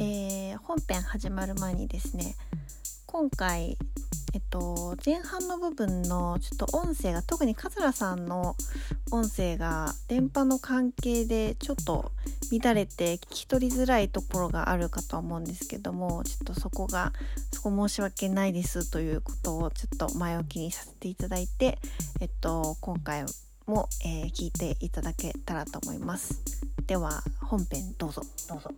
えー本編始まる前にですね今回、えっと、前半の部分のちょっと音声が特に桂さんの音声が電波の関係でちょっと乱れて聞き取りづらいところがあるかとは思うんですけどもちょっとそこがそこ申し訳ないですということをちょっと前置きにさせていただいて、えっと、今回も、えー聞いていただけたらと思います。では本編どうぞどうぞ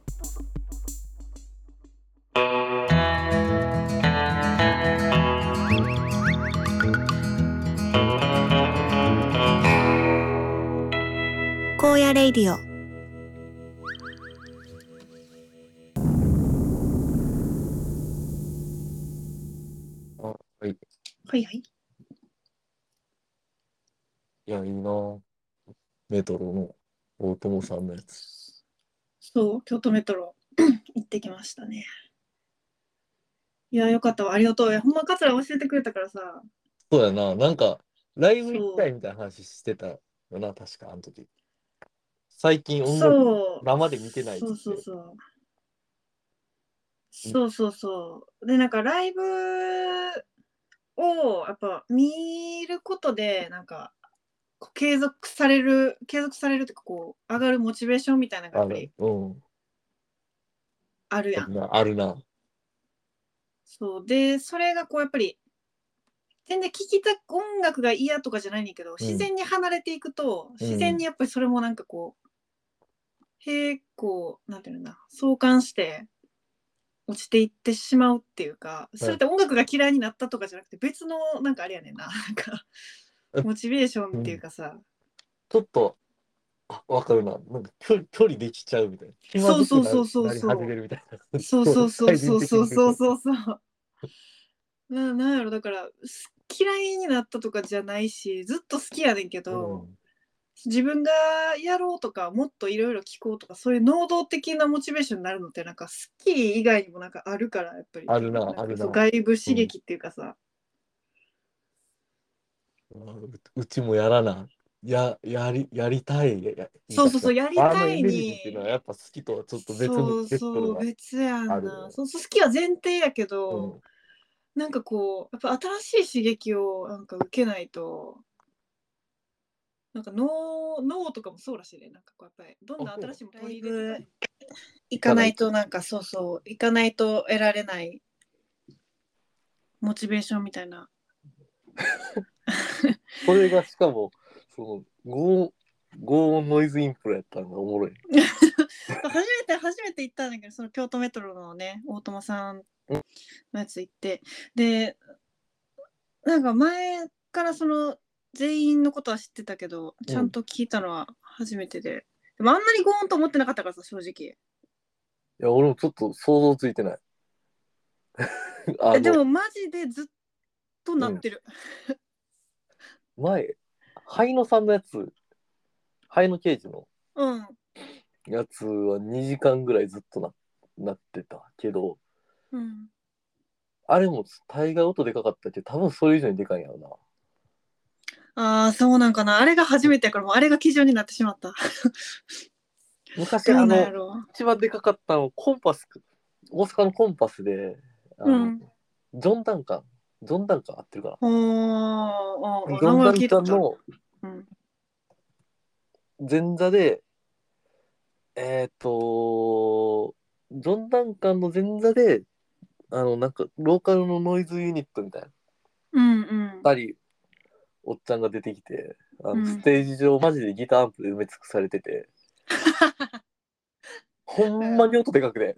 荒野レイディオはい。はいはいいや、いいなぁメトロの大友さんのやつ。そう、京都メトロ 行ってきましたね。いや、よかったわ。ありがとう。いや、ほんま、桂教えてくれたからさ。そうやな。なんか、ライブ行きたいみたいな話してたよな、確か、あの時。最近音楽そう。生で見てないってそ言っうてそうそう。そうそうそう。で、なんかライブをやっぱ見ることで、なんかこう継続される、継続されるっていうか、こう、上がるモチベーションみたいなのがあやっぱりる。うん。あるやん。あるな。そうでそれがこうやっぱり全然聴きた音楽が嫌とかじゃないねんけど自然に離れていくと、うん自然にやっぱりそれもなんかこう、へえこうなんていうんだ相関して落ちていってしまうっていうかそれって音楽が嫌いになったとかじゃなくて別のなんかあれやねんななんかうんモチベーションっていうかさ、ちょっと、あ、わかるな。なんか距離、距離できちゃうみたいな。そうそうそうそう暇ですってななり始めるみたいな。そうそうそうそうそうそうう。そうそう。ななんやろだからす嫌いになったとかじゃないしずっと好きやねんけど、うん自分がやろうとかもっといろいろ聞こうとかそういう能動的なモチベーションになるのってなんか好き以外にもなんかあるからやっぱりあるなんかあるなそう外部刺激っていうかさ、う うちもやらな。や、やり、やりたい。ややそうそうそうやりたあのエネいにルギーっていうのはやっぱ好きとはちょっと別にそうそう別別やんあるよなそうそう好きは前提やけど、うんなんかこうやっぱ新しい刺激をなんか受けないとなんか脳脳とかもそうらしいねなんかこうやっぱりどんな新しいもの取り入れていく行かないとなんかそうそう行かないと得られないモチベーションみたいなこれがしかも、その、ゴー、ゴーノイズインプラやったのがおもろい。初めて初めて行ったんだけどその京都メトロのね大友さんのやつ行ってでなんか前からその全員のことは知ってたけどちゃんと聞いたのは初めてで、でもあんなにゴーンと思ってなかったからさ正直。いや、俺もちょっと想像ついてない。 あえでの、もマジでずっとなってる、前、灰野さんのやつ、灰野刑事のうんやつは2時間ぐらいずっとななってたけど、うんあれも大概音でかかったけど、多分それ以上にでかいんやろな。ああそうなんかなあれが初めてやからもうあれが基準になってしまった昔、どあうなんのや、ろ一番でかかったのコンパス大阪のコンパスであの、うんジョン・ダンカンジョン・ダンカン合ってるかうおーなおジョン・ダンカンのうん前座でえっ、とジョン・ダンカンの前座であのなんかローカルのノイズユニットみたいなうんうん2人おっちゃんが出てきてあの、うんステージ上マジでギターアンプで埋め尽くされて てほんまに音でかくて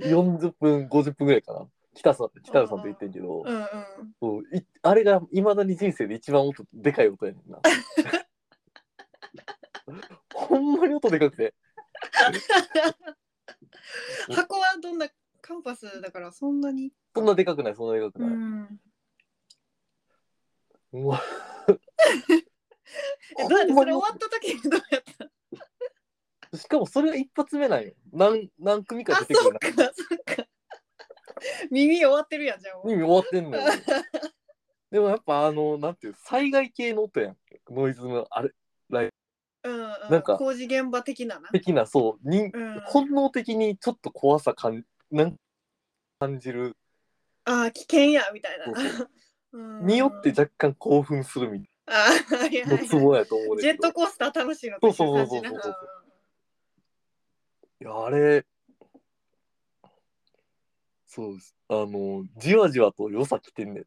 40分50分ぐらいかな北さん北野さんと言ってんけど、 うんうんそういあれがいまだに人生で一番音でかい音やね んな。ほんまに音でかくて。箱はどんなカンパスだからそんなにそんなでかくない、そんなでかくうない。んうわ えどうやってほんそまれ終にわった時にどうやっしかもそれが一発目なんよ。何何組かたあ出てくそるっかそっか 耳終わってるやんじゃあもう意味終わってんのよ。でもやっぱあの、なんていう、災害系の音やん。ノイズのあれ。うんうんなんか工事現場的なな。的なそうに、うん本能的にちょっと怖さかんなん感じるああ、危険やみたいなそうそ。 うんによって若干興奮するみああ、はたいはいいなはいツボやと思うねんジェけッどトコースター楽しいのそとう一緒そうそう感じそうな。そういやあれそうですあのじわじわと良さきてんねん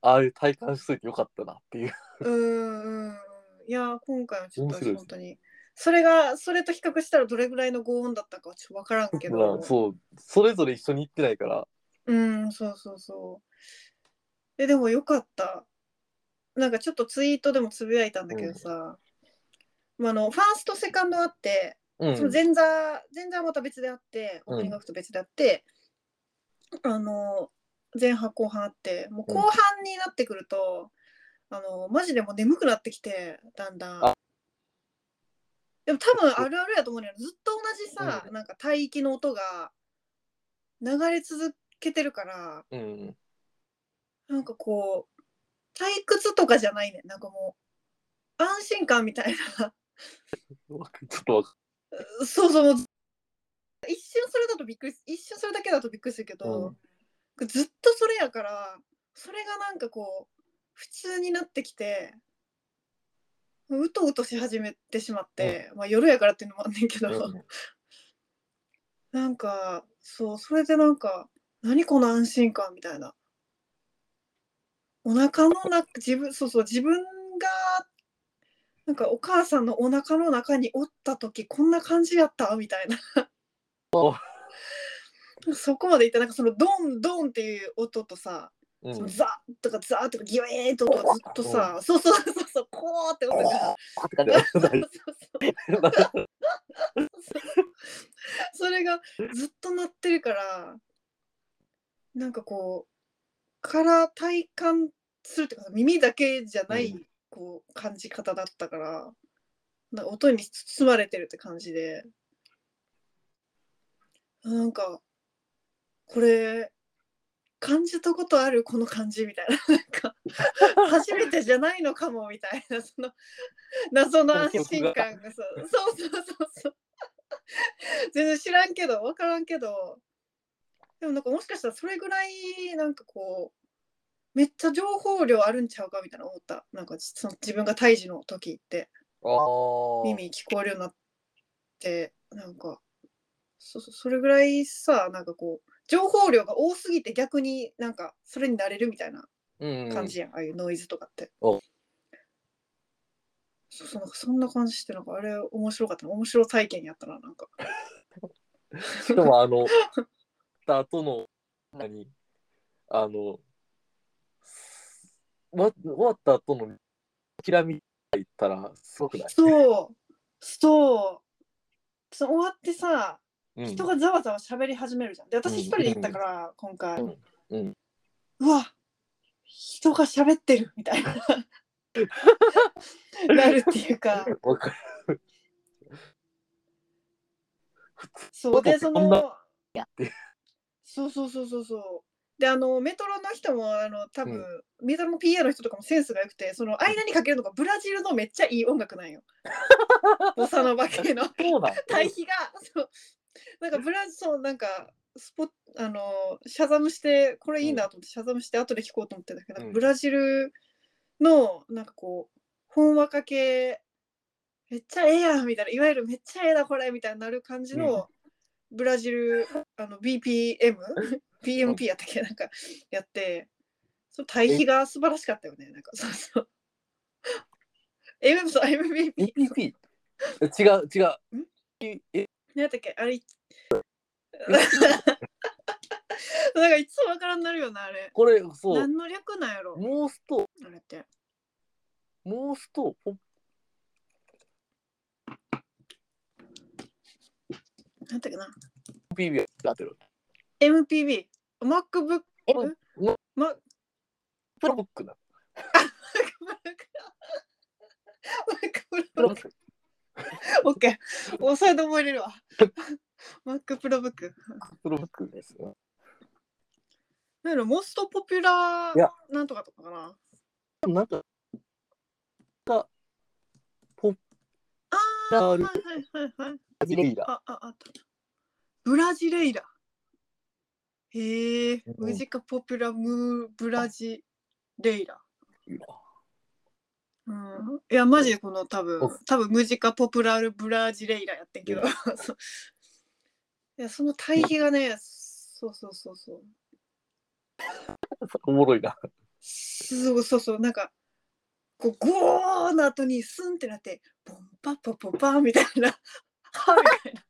ああいう体感しといてよかったなっていううんうん。いやー、今回はちょっと面白いです本当に。それが、それと比較したらどれぐらいのご音だったかはちょっとわからんけまど。あそうそれぞれ一緒に行ってないからうん、そうそうそう。え、でもよかった。なんかちょっとツイートでもつぶやいたんだけどさ、まあ、あのファースト、セカンドあって、うんその前座、前座はまた別であって、うんオープニングアクト別であって、あの、前半後半あって、もううん後半になってくると、あの、マジでもう眠くなってきて、だんだん。でも多分あるあるやと思うんだよねずっと同じさ、なんか帯域の音が流れ続けてるから、うんなんかこう、退屈とかじゃないねん。なんかもう、安心感みたいな。わかちょっとわかそうそう。もう一瞬それだとびっくりす、一瞬それだけだとびっくりするけど、ずっとそれやから、それがなんかこう、普通になってきて、うとうとし始めてしまって、まあ夜やからっていうのもあんねんけど、うんなんか、そう、それでなんか、何この安心感みたいな。お腹の中、自分、そうそう、自分が、なんかお母さんのお腹の中におった時こんな感じやったみたいな。 そこまでいったなんかそのドンドンっていう音とさ、うん そのザッとかザーとかギュエーとかずっとさ、そうそうそうそう、こうって音が。そうそうそうそれがずっと鳴ってるからなんかこうから体感するっていうか耳だけじゃ ない、うんこう感じ方だったからな音に包まれてるって感じでなんかこれ感じたことあるこの感じみたいな なんか初めてじゃないのかもみたいなその謎の安心感がそうそうそうそうそう全然知らんけど分からんけどでもなんかもしかしたらそれぐらいなんかこうめっちゃ情報量あるんちゃうかみたいな思ったなんかその自分が胎児の時って あー耳聞こえるようになってなんかそそそれぐらいさなんかこう情報量が多すぎて逆になんかそれになれるみたいなうん感じやん、ああいうノイズとかって。おそうそうなんかそんな感じしてなんかあれ面白かったな面白体験やったななんか。しかもあ の、た後の、何あの、わ終わった後の、きらみ入ったら、すごくない、そうそうそう終わってさうん、人がざわざわ喋り始めるじゃん。で私うん一人で行ったから、今回、うんうんうわ人が喋ってるみ たいななるっていうかわかるそうでそこんなのやそうそうそうそうそうであのメトロの人もあの多分、メトロの PA の人とかもセンスが良くてその間にかけるのがブラジルのめっちゃいい音楽なん よボサノバ系のそうなん 対比がそうなんかブラジルなんかスポあのシャザムしてこれいいなと思って、シャザムして後で聴こうと思ってんだけど、うんブラジルのなんかこうほんわか系めっちゃええやんみたいないわゆるめっちゃええなこれみたいになる感じの、ブラジルあ の BPM BMP やったっけなんかやってその対比が素晴らしかったよねなんかそうそう MM そう MBP ?EPP? 違う、違う。何やったっけあ れいなんかいつもわからんなるよなあれこれ、そう、何の略なんやろモースト、あれってモースト、ポッ何やったっけなピービアってる。 MPB MacBook えんまプロブックだ。プロ MacBook ブック。 OK おそれで覚えれるわ Mac プロブックプロブックです。なんやろモストポピュラいやーなんとかとかかななんか、が、ポッあラール・はいはいはいはい。アギレイラ。あ、あ、あった。ブラジレイラ。へえ、うんムジカポピュラムーブラジレイラ。うん、いや、マジでこの多分お、多分ムジカポプラルブラジレイラやってんけど。 そういや、その対比がね、そうそうそうそう。おもろいな。そうそうそう、なんか、こう、ゴーの後にスンってなって、ポンパポポパンみたいな、はみたいな。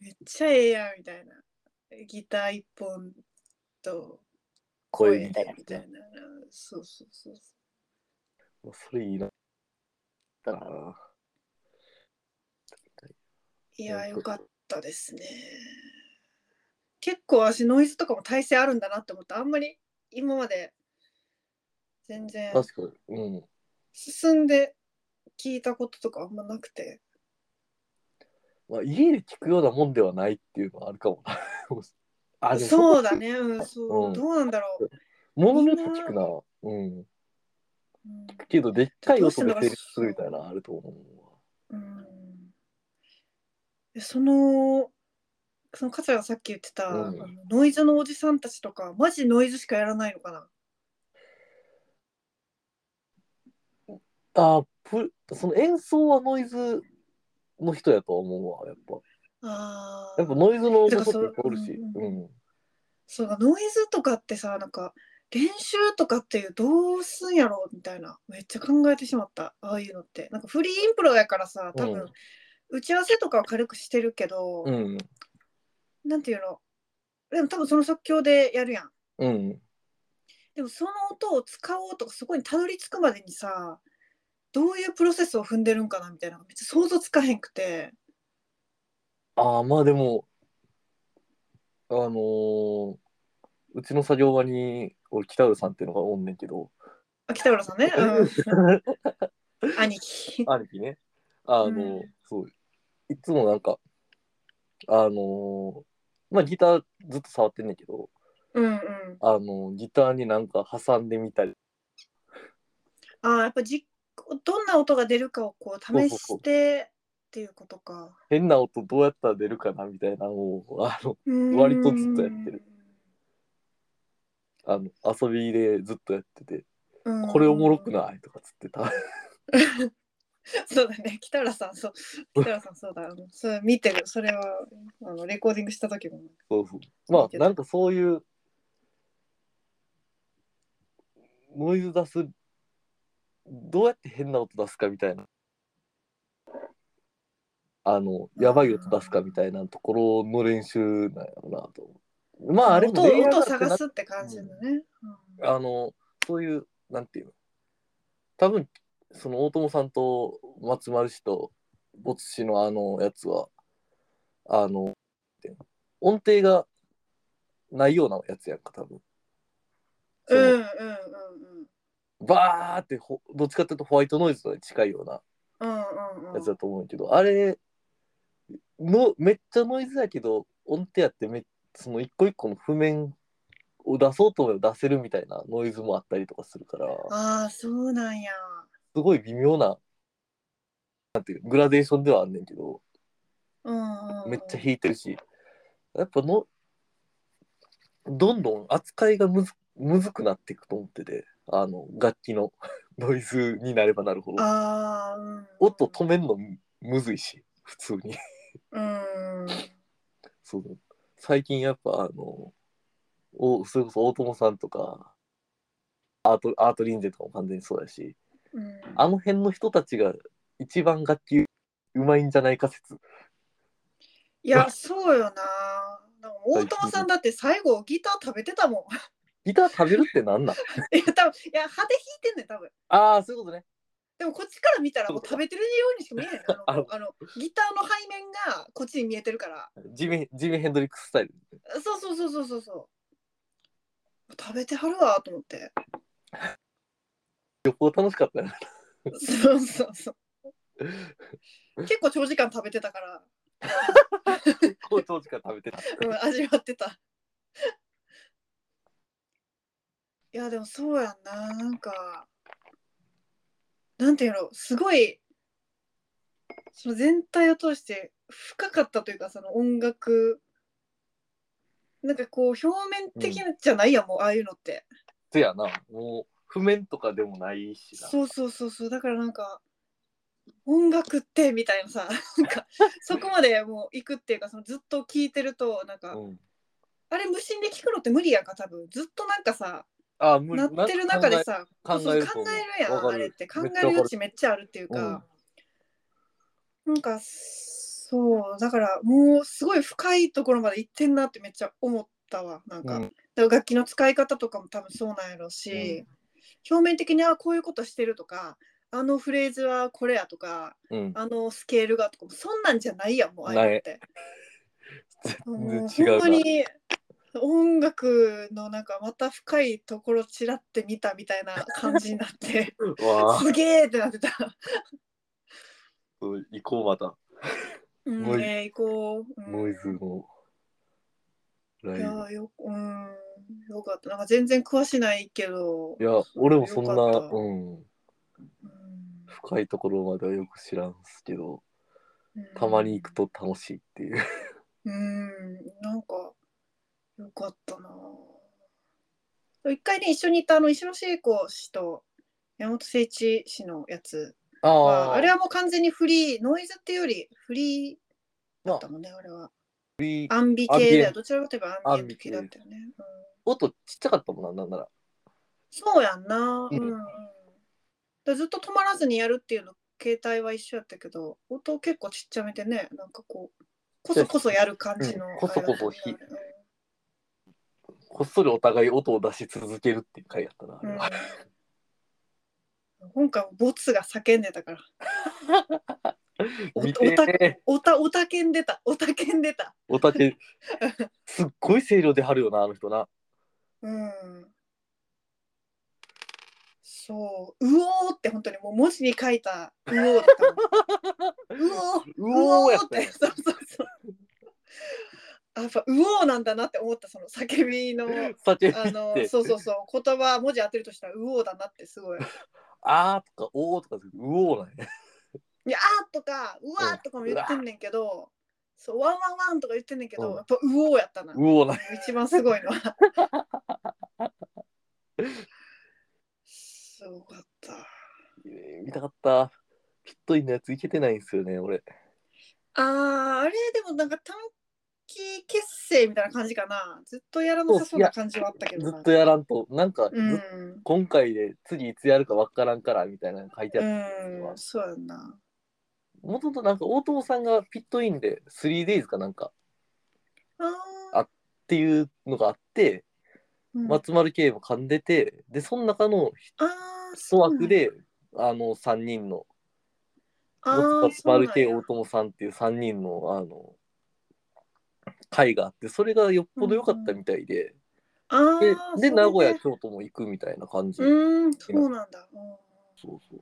めっちゃええやんみたいな。ギター一本と声みたいな。みたいな。そうそうそうそう。もうそれいいな。だな。いなや、るよほどかったですね。結構私ノイズとかも耐性あるんだなって思った。あんまり今まで全然確かに。うん。進んで聞いたこととかあんまなくて。まあ、家で聞くようなもんではないっていうのはあるかもな。あ、でも。そううだね。うん、そう、うんどうなんだろう。ものによって聞くな。うん。うんけど、でっかい音で成立するみたいなのあると思うわ。うんでそのその桂がさっき言ってた、うんあのノイズのおじさんたちとかマジノイズしかやらないのかなあプその演奏はノイズの人やと思うわ、やっぱ。あーやっぱノイズの音てかってそういっぱいおるし。うんう。うんそうかノイズとかってさなんか練習とかっていうどうすんやろうみたいなめっちゃ考えてしまったああいうのってなんかフリーインプロやからさ多分、うん打ち合わせとかは軽くしてるけど、うん。なんていうのでも多分その即興でやるやんうん。でもその音を使おうとかそこにたどり着くまでにさどういうプロセスを踏んでるんかなみたいなのがめっちゃ想像つかへんくてああ、まあでも、あのーうちの作業場に、俺、北浦さんっていうのがおんねんけど、あ北浦さ んね、うん、兄貴兄貴ね。あの、うんそう。いつもなんか、あのーまあギターずっと触ってんねんけど、うんうんあのギターになんか挟んでみたり、あーやっぱじどんな音が出るかをこう試してっていうことか変な音どうやったら出るかなみたいなのを、あの、割とずっとやってるあの遊びでずっとやってて、うんこれおもろくないとかつってた。 そうだね北浦さんそう北浦さんそうだうんそれ見てるそれはあのレコーディングした時もそうそう。まあなんかそういう、ノイズ出す、どうやって変な音出すかみたいな。あの、やばい音出すかみたいなところの練習なんやろうなと。まああれ音もをレイヤー音をがな探すって感じだね、うんあの、そういう、なんていうの。多分、その大友さんと松丸氏とボツ氏のあのやつは、あの、っていうの音程がないようなやつやんか、多分。そうんのうんうんバーってほ、どっちかっていうとホワイトノイズに近いようなうんうんうんうやんつだと思うけど、あれの、めっちゃノイズやけど、音程やってめ、その一個一個の譜面を出そうと思えば出せるみたいなノイズもあったりとかするから。ああそうなんやすごい微妙な、なんていうグラデーションではあんねんけど、うんうんめっちゃ弾いてるし、やっぱの、どんどん扱いがむずむずくなっていくと思ってて、あの、楽器の ノイズになればなるほど、ああ、うん、音止めんのむむずいし、普通に。 うんその最近やっぱ、あの、おそれこそ大友さんとか、アートアートリンゼとかも完全にそうだし、うんあの辺の人たちが一番楽器うまいんじゃないか説。いやそうよななんか大友さんだって最後ギター食べて たもギター食べるってなんなんんいや多分いや歯で弾いてんねん多分ああ、そういうことね。でもこっちから見たらもう食べてるようにしか見えへんあのあのギターの背面がこっちに見えてるからジミジミヘンドリックススタイル。そうそうそうそうそうそう食べてはるわと思って旅行楽しかったな。そうそうそう。結構長時間食べてたから、高長時間食べてた。うん、味わってた。いやでもそうやんななんかなんていうのすごいその全体を通して深かったというかその音楽なんかこう表面的なじゃないや、もうああいうのってせやなもう譜面とかでもないしなそうそうそうそうだからなんか音楽ってみたいなさ なんかそこまでもう行くっていうかそのずっと聴いてるとなんか、うん、あれ無心で聴くのって無理やんか多分ずっとなんかさあ無理なってる中でなんかさ考えそうそう考えると思う考えるやわんかあるれって考めっちゃわかえるる余地めっちゃあるっていうか、なんかそうだからもうすごい深いところまで行ってんなってめっちゃ思ったわなんか,、うんだから楽器の使い方とかも多分そうなんやろうし、表面的にはこういうことしてるとかあのフレーズはこれやとかうん、あのスケールがとかもそんなんじゃないやんもうああいうのって。も全う然違本う当なに音楽のなんかまた深いところちらって見たみたいな感じになって わあすげーってなってた。行こうまたうんノイズね行こう。うんノイズのラいイやブーよ、うん、よかった。なんか全然詳しないけどい、や俺もそんなよかったうんうん深いところまではよく知らんすけどたまに行く。と楽しいっていううん、なんか、よかったなぁ一回ね、一緒に行ったあの、石野聖子氏と山本誠一氏のやつあは、ああれはもう完全にフリー、ノイズっていうよりフリーだったもんね、あれは。フリーアンビ系だよ。どちらかといえばアンビ系だアっンビたよね。うん音ちっちゃかったもんななんならそうやんな。ううんん。だからずっと止まらずにやるっていうの、携帯は一緒やったけど、音結構ちっちゃめでね、なんかこう、こそこそやる感じの。うんこそこそひうんこっそりお互い音を出し続けるっていう回やったなあれはうん今回もボツが叫んでたから。お見てねおた、おたけんでた。おたけんでた。おたけすっごい声量で張るよなあの人なうん。そう。うおーって本当にもう文字に書いたうおーだった もんうおーううおおーやーっったてよそうそうそうあやっぱうおーなんだなって思ったその叫 びの叫あびっのてそうそうそう言葉文字当てるとしたらうおーだなってすごい「あーとかおーとかうおーなんやいやあ」とか「うわ」とかも言ってんねんけど「そうワンワンワン」とか言ってんねんけど、うんやっぱうおーやったなうおーなんや一番すごいのはすごかったえー見たかったピットインのやついけてないんですよね俺あーあれでもなんか短期結成みたいな感じかなずっとやらなさそうな感じはあったけどずなっとやらんとなんか、ずうん今回で次いつやるかわからんからみたいなの書いてあったんですうよん、そうやんな。もともとなんか大友さんがピットインで 3days かなんかっあーあていうのがあって、うん松丸系も噛んでてでその中のあー、一そうなん枠で、あの3人のあー松丸系そう大なんや友さんっていう3人のあの会があってそれがよっぽど良かったみたいで、あででーそれ名古屋京都も行くみたいな感じ、うん、そうなんだ。うん、いそうそう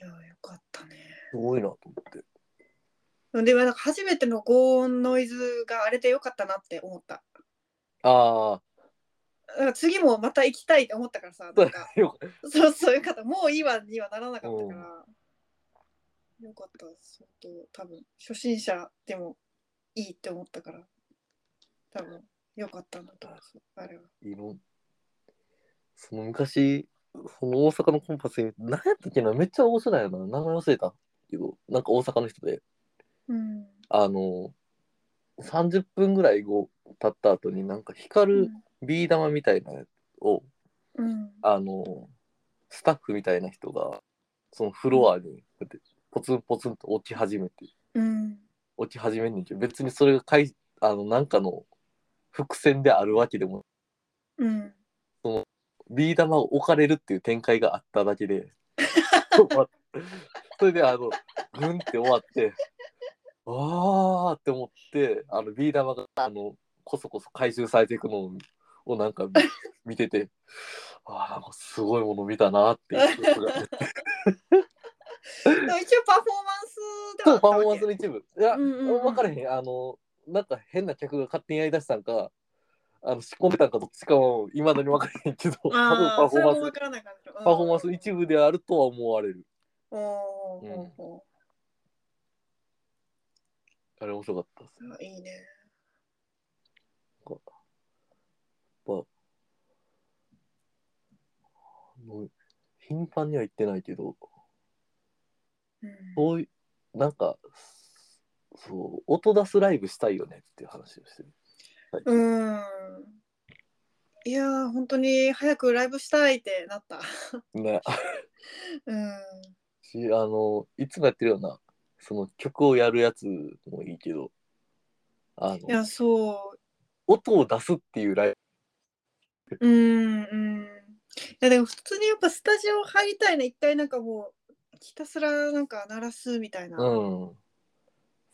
や、よかったね。すごいなと思ってでもなんか初めての轟音ノイズがあれでよかったなって思った。あなんか次もまた行きたいって思ったからさ、なんかあよかっそうそういう方、もういいわにはならなかったから。よかった、相当多分初心者でもいいって思ったから、多分よかったんだと思う、あれは。たいろその昔その大阪のコンパスに何やったっけなめっちゃ面白いよな名前忘れたけどなんか大阪の人でうん。あの30分ぐらい後経った後になんか光るビー玉みたいなやつを、うんあのスタッフみたいな人がそのフロアにこうやってポツンポツンと置き始めてうん置き始めんねんけど別にそれがかいあのなんかの伏線であるわけでもうん、ビー玉を置かれるっていう展開があっただけで 終わっそれであのグンって終わってあーって思ってあのビー玉があのこそこそ回収されていくのをなんか見見ててあーなんかすごいもの見たなっていう記憶がでも一応パフォーマンス でそはあうっパたフわォーマンけスの一部いや、うんうんうん分からへんあのなんか変な客が勝手にやりだしたんかあの仕込んでたんかどっちかはいまだに分からへんけど多分あパあ、フそォーれマンもスわからない感じ。パパフォーマンス一部であるとは思われるおお、ほうほあれ面白かったですうあいいね。もう頻繁には行ってないけどうんそういうなんかそう音出すライブしたいよねっていう話をしてるうん。いやー本当に早くライブしたいってなった。 ねうん。しあのいつもやってるようなその曲をやるやつもいいけどあいのやそう。音を出すっていうライうんうん。いやでも普通にやっぱスタジオ入りたいな一回なんかもうひたすらなんか鳴らすみたいな。ブうん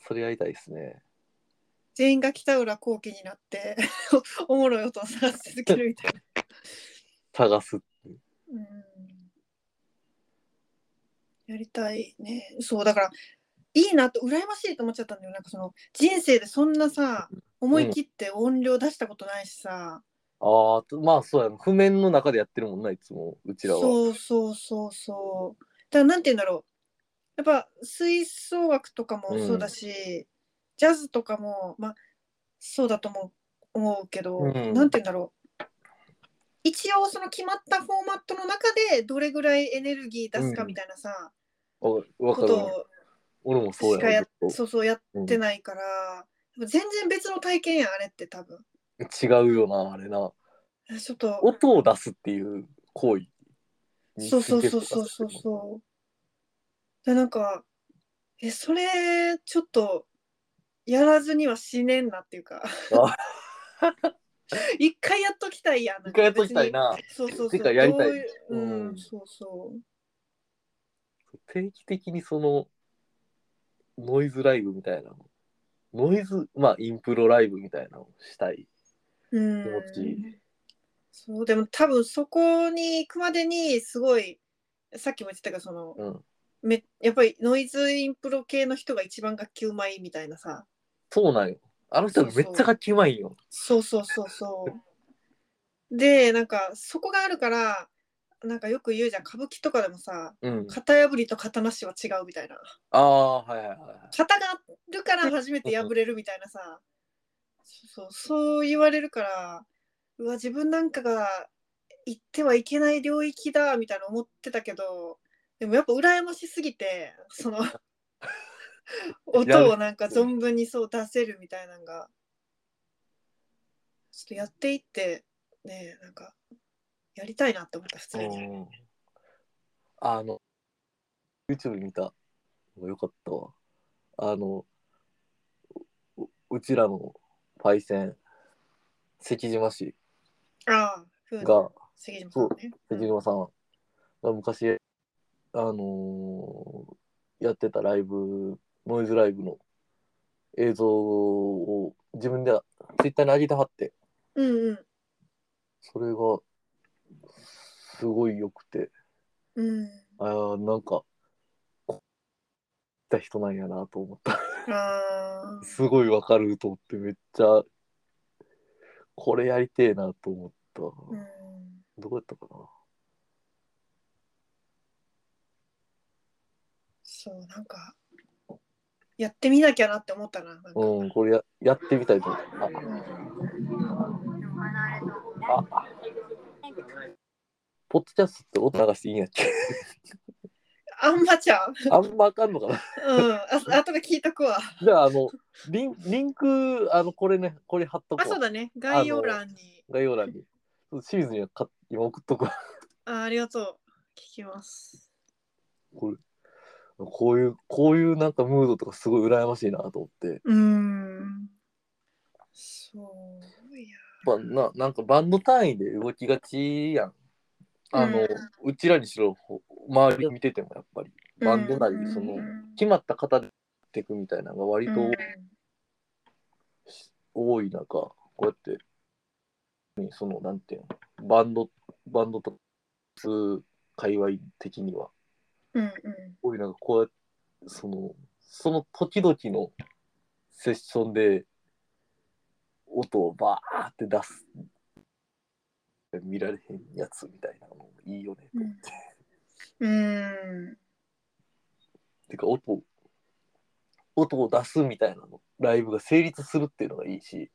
それやりたいですね全員が北浦幸喜になって おもろい音を探し続けるみたいな。探すうんやりたいね。そうだからいいなと羨ましいと思っちゃったんだよ。なんかその人生でそんなさ思い切って音量出したことないしさ、ああまあそうやな譜面の中でやってるもんないつもうちらはそうそうそうそう。だからなんて言うんだろう。やっぱ吹奏楽とかもそうだし、ジャズとかもまあそうだとも思うけど、うんなんて言うんだろう。一応その決まったフォーマットの中でどれぐらいエネルギー出すかみたいなさ、わわかこるとわを俺もそうしやかなやずっとそうそうやうんってないから、全然別の体験やんあれって多分違うよなあれなちょっと音を出すっていう行為にそうそうそうすげえそフォうーそうカスしてるそうでなんかえそれちょっとやらずには死ねんなっていうかあ 一回やっときたいやん一回やっときたいな別にそうそうてそかうやりたいどういううん、うんそうそう定期的にそのノイズライブみたいなのノイズまあインプロライブみたいなのをしたいうん気持ちいいそうでも多分そこに行くまでにすごいさっきも言ってたけどその、うんめやっぱりノイズインプロ系の人が一番楽器うまいみたいなさそうなんよあの人めっちゃ楽器うまいんよそうそうそうそうでなんかそこがあるからなんかよく言うじゃん歌舞伎とかでもさうん型破りと型なしは違うみたいなああはいはいはいはい型があるから初めて破れるみたいなさそうそうそう言われるからうわ自分なんかが行ってはいけない領域だみたいな思ってたけどでもやっぱ羨ましすぎて その音をなんか存分にそう出せるみたいなのがちょっとやっていってねなんかやりたいなって思った普通に。うんあの YouTube 見たよかったわあのううちらのパイセン関島氏ああふうが関島さんね。関島さんが昔あのーやってたライブノイズライブの映像を自分で Twitter に上げてはってうんうんそれがすごい良くてうんあーなんかこった人なんやなと思った ああすごいわかると思ってめっちゃこれやりてえなと思った、うんどこやったかなそうなんかやってみなきゃなって思ったななんか、うんこれややってみたいと思ったあポッドキャストって音流していいんやっけ あんまちゃう、あんまあかんのかな うん、あ後で聞いとくわじゃああのリンリンクあのこれねこれ貼っとこあそううだね概要欄に概要欄にシーズンにはか今送っとくわ あありがとう聞きますこれこういうこういうなんかムードとかすごい羨ましいなと思ってうーんそういややっぱななんかバンド単位で動きがちやん。あの、ううんちらにしろほ周りを見ててもやっぱりバンドなりうんそのうん決まった方でやっていくみたいなのが割とうん多い中こうやってそのなんていうのバンドバンドと普通界隈的にはうんうん多いなんかこうやってそのその時々のセッションで音をバーって出す見られへんやつみたいなのもいいよねと思って、うん。てか音を音を出すみたいなのライブが成立するっていうのがいいし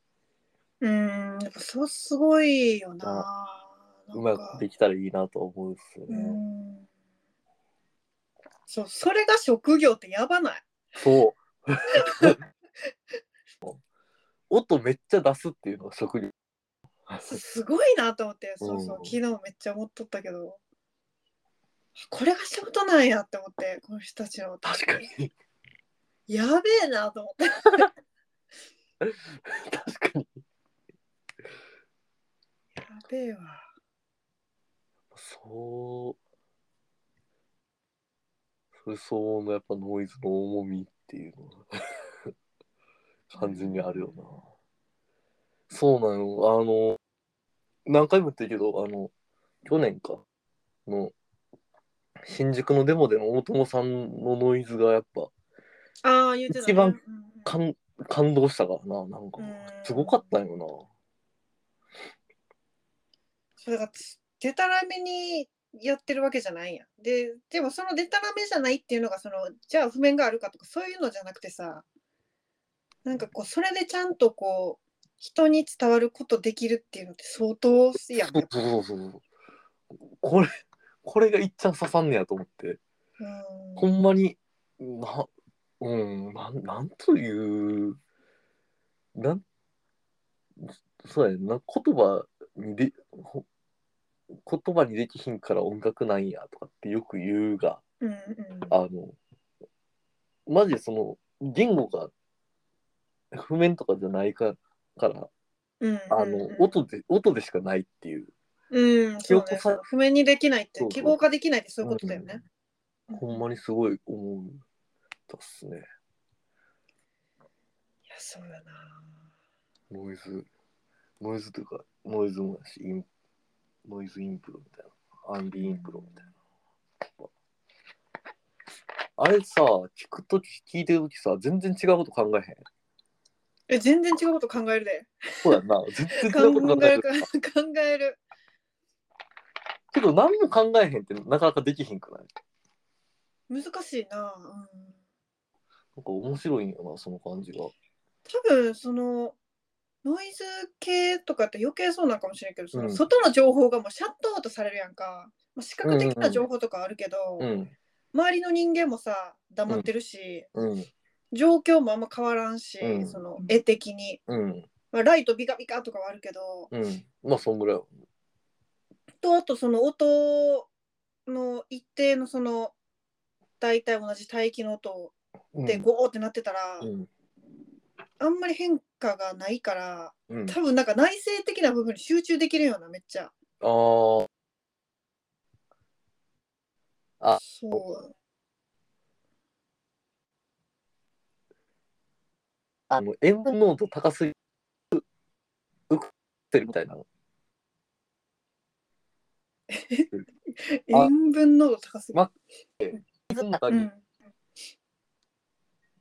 うん。やっぱそれすごいよな。うまくできたらいいなとは思うんですようね、ん。そう、それが職業ってやばない。そう 音めっちゃ出すっていうのが職業すすごいなと思って、そうそうう、ん昨日めっちゃ思っとったけど、これが仕事なんやって思って、この人たちの。確かにやべえなと思って。確かにやべえわ。そうそれ相応のやっぱノイズの重みっていう のは完全にあるよなそうなのあの何回も言ってるけどあの去年かの新宿のデモでの大友さんのノイズがやっぱああ、言ってた、ね。一番うんうん感感動したからななんかうんすごかったよなそれがつでたらめにやってるわけじゃないやんででもそのでたらめじゃないっていうのがそのじゃあ譜面があるかとかそういうのじゃなくてさなんかこうそれでちゃんとこう人に伝わることできるっていうのって相当やんそうそうそうそうこれこれがいっちゃん刺さんねやと思ってほうんまに、な、うん、なん、なんという、なん、そうやな、言葉にで、ほ言葉にできひんから音楽なんやとかってよく言うが、んうんうんあの、マジでその、言語が、譜面とかじゃないかから、うんうんあの、音で、音でしかないっていう、うんそうね記憶さ譜面にできないっそてうそう記号化できないってそういうことだよね、ほんまにすごい思う、たっすね。いやそうだなノイズ、ノイズというか、ノイズもだし、インノイズインプロみたいな、アンビインプロみたいな。あれさ、聞くとき、聞いてるときさ、全然違うこと考えへん。え全然違うこと考えるで そうやんな、全考然違うこと考ええる。る考えるけど、何も考えへんってなかなかできひんくないなんか難しいなうん面白いんよな、その感じが。多分そのノイズ系とかって余計そうなんかもしれんけどそのうん外の情報がもうシャットアウトされるやんか、まあ、視覚的な情報とかあるけど、うん、周りの人間もさ黙ってるし、うん、状況もあんま変わらんし、うんその絵的に、うん、まあ、ライトビカビカとかはあるけどうん。まあ、そんぐらい。とあとその音の一定のその大体同じ帯域の音うんでゴーってなってたら、うん、あんまり変化がないからうん。多分なんか内省的な部分に集中できるようなめっちゃ。あー、あそうあの、塩分濃度高すぎる、うくってるみたいな。あ塩分濃度高すぎる。なんか、うん、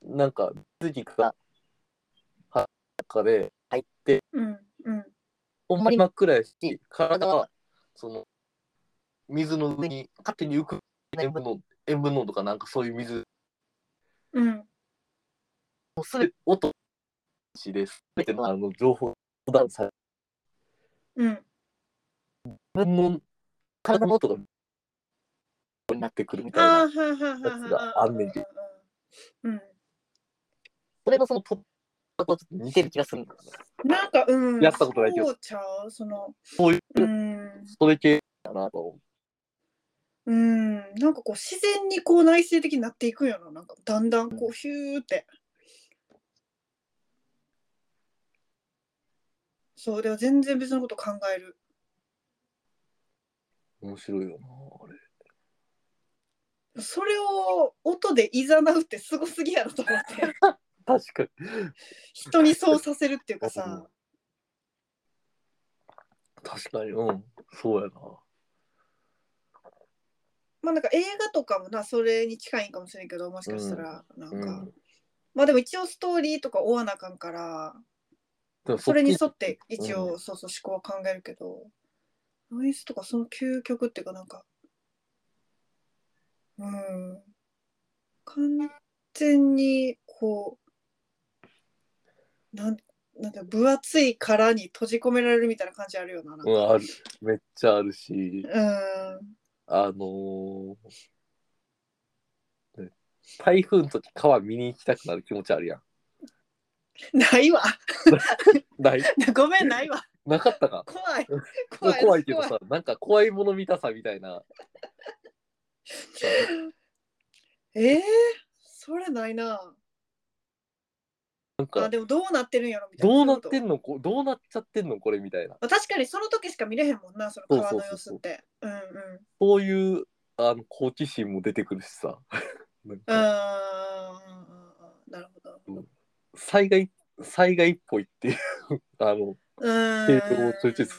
なんか、水軸が、は、中で入って、うん、うん。ほんまに真っ暗やし、体は、その、水の上に勝手に浮く塩分の、塩分濃度かなんかそういう水うん、もうすべて音しです。すべてのあの情報が遮断され、うん。自分の体の音が、になってくるみたいああ、な。はいはいはいやつがあんねんけはい。うん。それのその、と、と似てる気がするんだよね。なんか、うん。やったことないけどそうちゃうその、そういう、うん。それ系だなと思う。うん。なんかこう、自然にこう、内省的になっていくんやろ。なんか、だんだんこう、ヒューって。そう、では全然別のこと考える。面白いよな、あれ。それを音でいざなうってすごすぎやろと 思って。確かに。人にそうさせるっていうかさ、確かに、うん。そうやな。まあなんか映画とかもなそれに近いんかもしれんけどもしかしたらなんか、うん。まあでも一応ストーリーとか追わなあかんからでもそれに沿っちって一応、そうそう思考は考えるけどノイズとかその究極っていうかなんかうん完全にこうなんなんか分厚い殻に閉じ込められるみたいな感じあるよななんかうん、あるめっちゃあるしうんあのーね台風の時川見に行きたくなる気持ちあるやんないわ ない ごめんないわなかったか怖い怖 怖いいけどさなんか怖いもの見たさみたいなさえー、それないななんあかでもどうなってるんやろみたいなどうなっそういてこんのこどうなっちゃってんのこれみたいなと確かにその時しか見れへんもんなその川の様子ってうんうんそういうあの好奇心も出てくるしさ なんうんかなるほど災害災害っぽいっていう あのう系統を通じて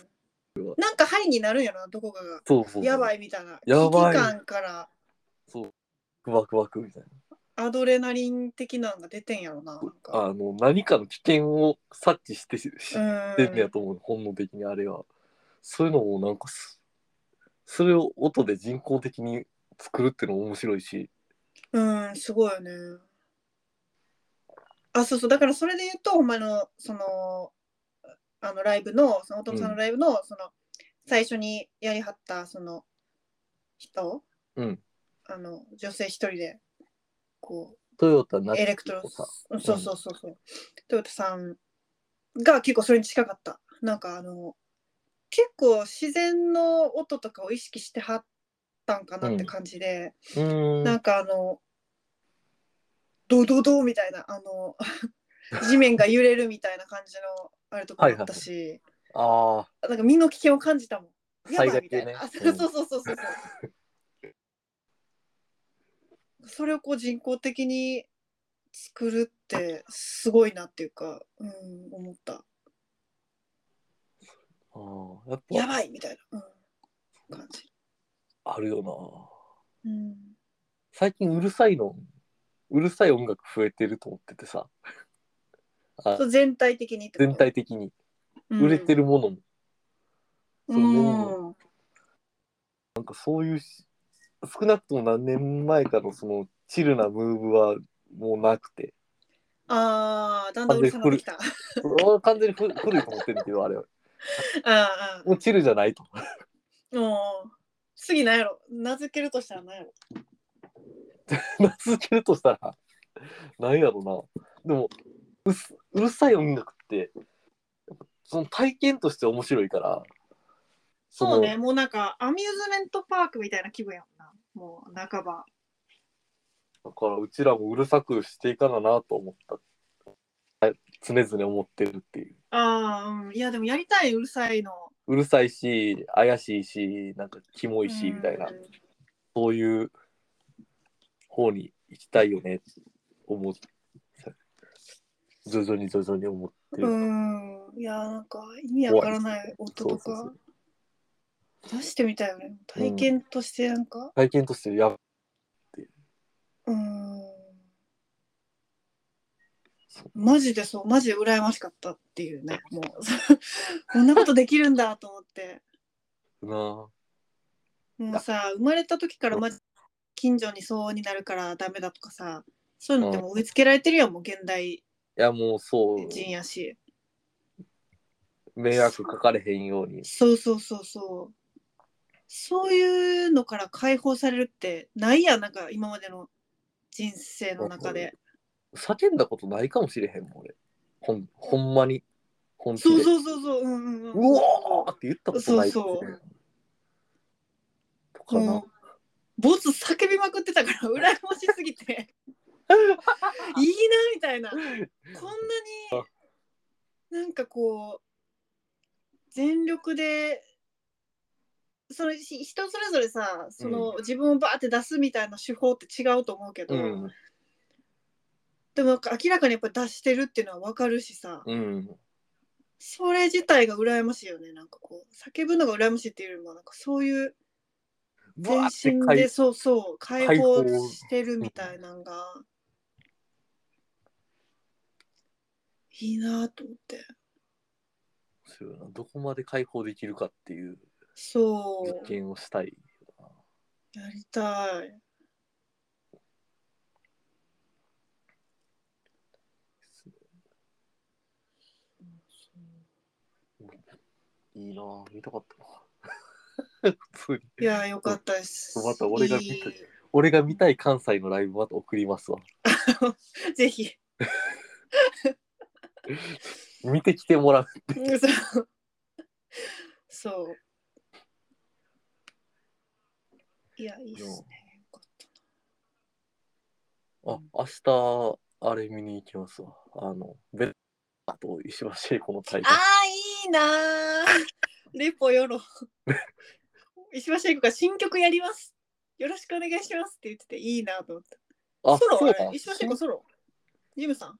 んなんか針になるんやろなどこかがそうそうそうやばいいみたいなやばい危機感からワクワクみたいなアドレナリン的なのが出てんやろななんかあの何かの危険を察知してし知うっんてんねやと思う、本能的にあれはそういうのをなんかすそれを音で人工的に作るっていうのも面白いしうん、すごいよね。あ、そうそう、だからそれで言うと、ほんまの、その、あのライブの、そのお父さんのライブの、その、最初にやりはった、その、人、うんあの、女性一人で、こトヨタなう、っエレクトロ、うんそうそうそうそう、トヨタさんが結構それに近かった。なんかあの、結構自然の音とかを意識してはったんかなって感じで、うーんなんかあの、ドドドみたいな、あ の、地面が揺れるみたいな感じのあるとこはいろはいだったし、あなんか身の危険を感じたもあん。や災ばい害みた系いねな。あそううんそうそうそうそう。それをこう人工的に作るってすごいなっていうか、うん、思った。あーやっぱやばいみたいな、うん、感じ。あるよなうん、最近うるさいのうるさい音楽増えてると思っててさあそう全体的にってこと全体的にうん売れてるものも、そうのメニューん、なんかそういうし少なくとも何年前かのそのチルなムーブはもうなくてああ、だんだんうるさくなってきた。あ俺は完全に古古いと思ってるけどあれはあ、もうチルじゃないともう次なんやろ名付けるとしたらなんやろ名付けるとしたら何やろうなでもうすうるさい音楽ってやっぱその体験として面白いからのそうねもうなんかアミューズメントパークみたいな気分やもんなもう半ばだからうちらもうるさくしていかななと思ったはい常々思ってるっていうああ、うん、いやでもやりたいうるさいのうるさいし怪しいしなんかキモいしみたいなうんそういう方に行きたいよねって思って徐々に徐々に思ってる、うんいやなんか意味わからない音そうとそうそかう出してみたいよね体験としてなんか体験としてやっうんそうマジでそうマジで羨ましかったっていうねもう こんなことできるんだと思ってなもうさ生まれた時からまじ近所にそうになるからダメだとかさそういうのってもう植え付けられてるやんもう現代いやもうそう人やし、迷惑かかれへんようにそうそうそうそうそういうのから解放されるってないやんなんか今までの人生の中で叫んだことないかもしれへんもん俺ほんほんまに本気でそうそうそうそううんうんううんおーって言ったことないかもしれんとかな、もうボス叫びまくってたから 羨ましすぎていいなみたいなこんなになんかこう全力でそれし人それぞれさその、自分をバーって出すみたいな手法って違うと思うけど、うんでもなんか明らかにやっぱり出してるっていうのは分かるしさ、うんそれ自体が羨ましいよねなんかこう叫ぶのが羨ましいっていうよりもなんかそういうブワーって全身かでいそうそう解解放放してるみたいなのがいいなと思ってすよな。どこまで解放できるかっていうそ実う験をしたい。やりたいいいなぁ見たかったな。 普通に。いやよかったですまた俺が見たいい俺が見たい関西のライブまた送りますわ。ぜひ見てきてもらう。そうそういやいいっすねよかっあ、た明日、あれ見に行きますわ。あの、ベッドと石橋英子の対ああいいなーレポよろ石橋英子が新曲やりますよろしくお願いしますって言ってていいなと思った談。あ、ソロそうあかれ。石橋英子ソロジムさん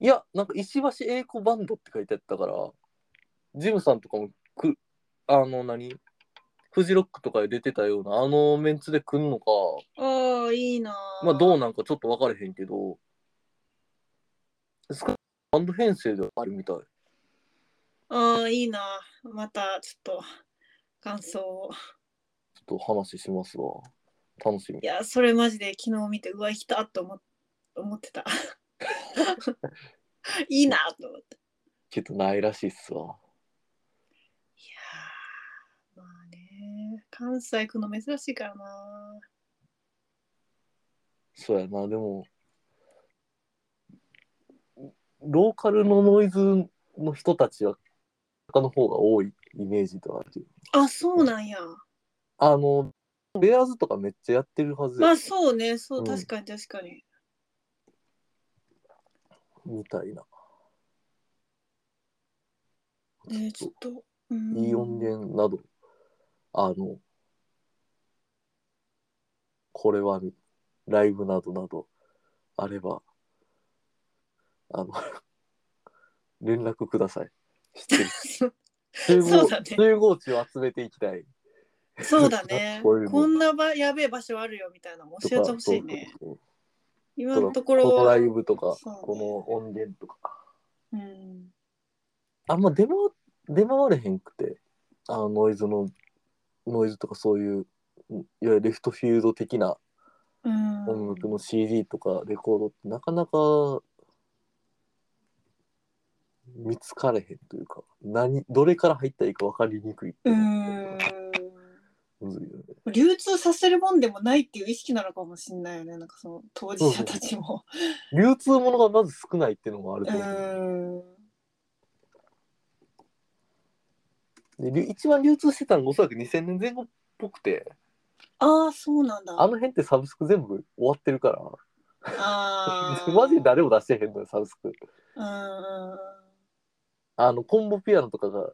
いや、なんか石橋英子バンドって書いてあったから、ジムさんとかもく、あの何、フジロックとかで出てたような、あのメンツで来んのか、ああいいなーまあどうなんかちょっと分からへんけど、スカバンド編成ではあるみたい。ああいいなーまたちょっと感想をちょっと話しますわ。楽しみい。やそれマジで昨日見てうわ行きたと思っ思っ てたいいなと思ってちょっとないらしいっすわ。いやーまあね関西来るの珍しいからなそうやな、でも、ローカルのノイズの人たちは、他の方が多いイメージではあるけど。あそうなんやあの、ベアーズとかめっちゃやってるはずまやあそうねそううん確かに確かに、みたいな。ねちょっと、うんいい音源など、あの、これはみ、ライブなどなど、あれば、あの、 連絡ください。知ってる。集そ合うだね集合地を集めていきたい。 そうだ ねこういうのこんなばやべえ場所あるよみたいなのと教えかてほしいねそう今そうのそとうここのラろ、イブとか、そうねこの音源とか。うん、あんま出回出回れへんくてあのノイズのノイズとかそういうんいわゆるレフトフィールド的なうん、音楽の CD とかレコードってなかなか見つかれへんというか何どれから入ったらいいか分かりにくいっていううのむんずいよね流通させるもんでもないっていう意識なのかもしれないよねなんかその当事者たちも。流通ものがまず少ないっていうのもあるうと思んう、でりゅ一番流通してたのがおそらく2000年前後っぽくてああそうなんだ。あの辺ってサブスク全部終わってるからあーマジで誰も出してへんのよサブスクうんうんうんあの、コンボピアノとかが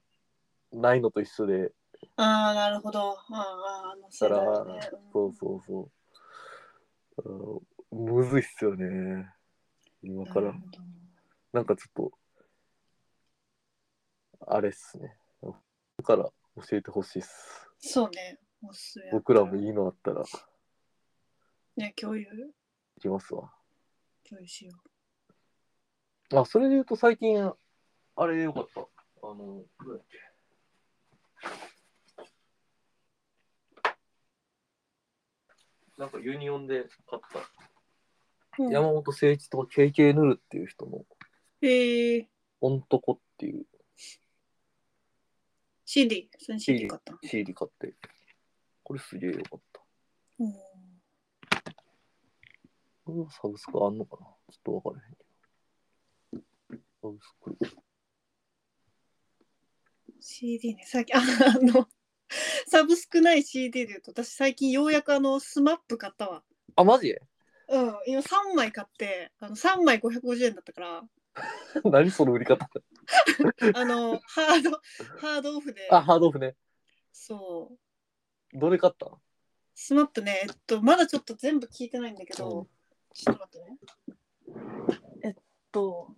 ないのと一緒で、ああなるほど。あーあーあの世だか代ら、だね。そうそうそう。うんむずいっすよね。今うんから。なんかちょっと、あれっすね。だから教えてほしいっす。そうね。おすすめ僕らもいいのあったら、行ね共有きますわ。共有しよう。あ、それで言うと最近、あれよかった。あの、どうだっけ。なんかユニオンで買った。うん山本誠一と KK ヌルっていう人のへえ「オントコ」っていう CD その CD 買った。 CD 買ってこれすげえよかったうんこれはサブスクあんのかなちょっとわからへんけどサブスク CD ね最近 ああのサブスクない CD で言うと私最近ようやくあのスマップ買ったわあマジ うん今3枚買ってあの3枚550円だったから何その売り方あのハードハードオフであハードオフねそうどれ買ったスマップねえっとまだちょっと全部聞いてないんだけど、うんちょっと待ってねえっと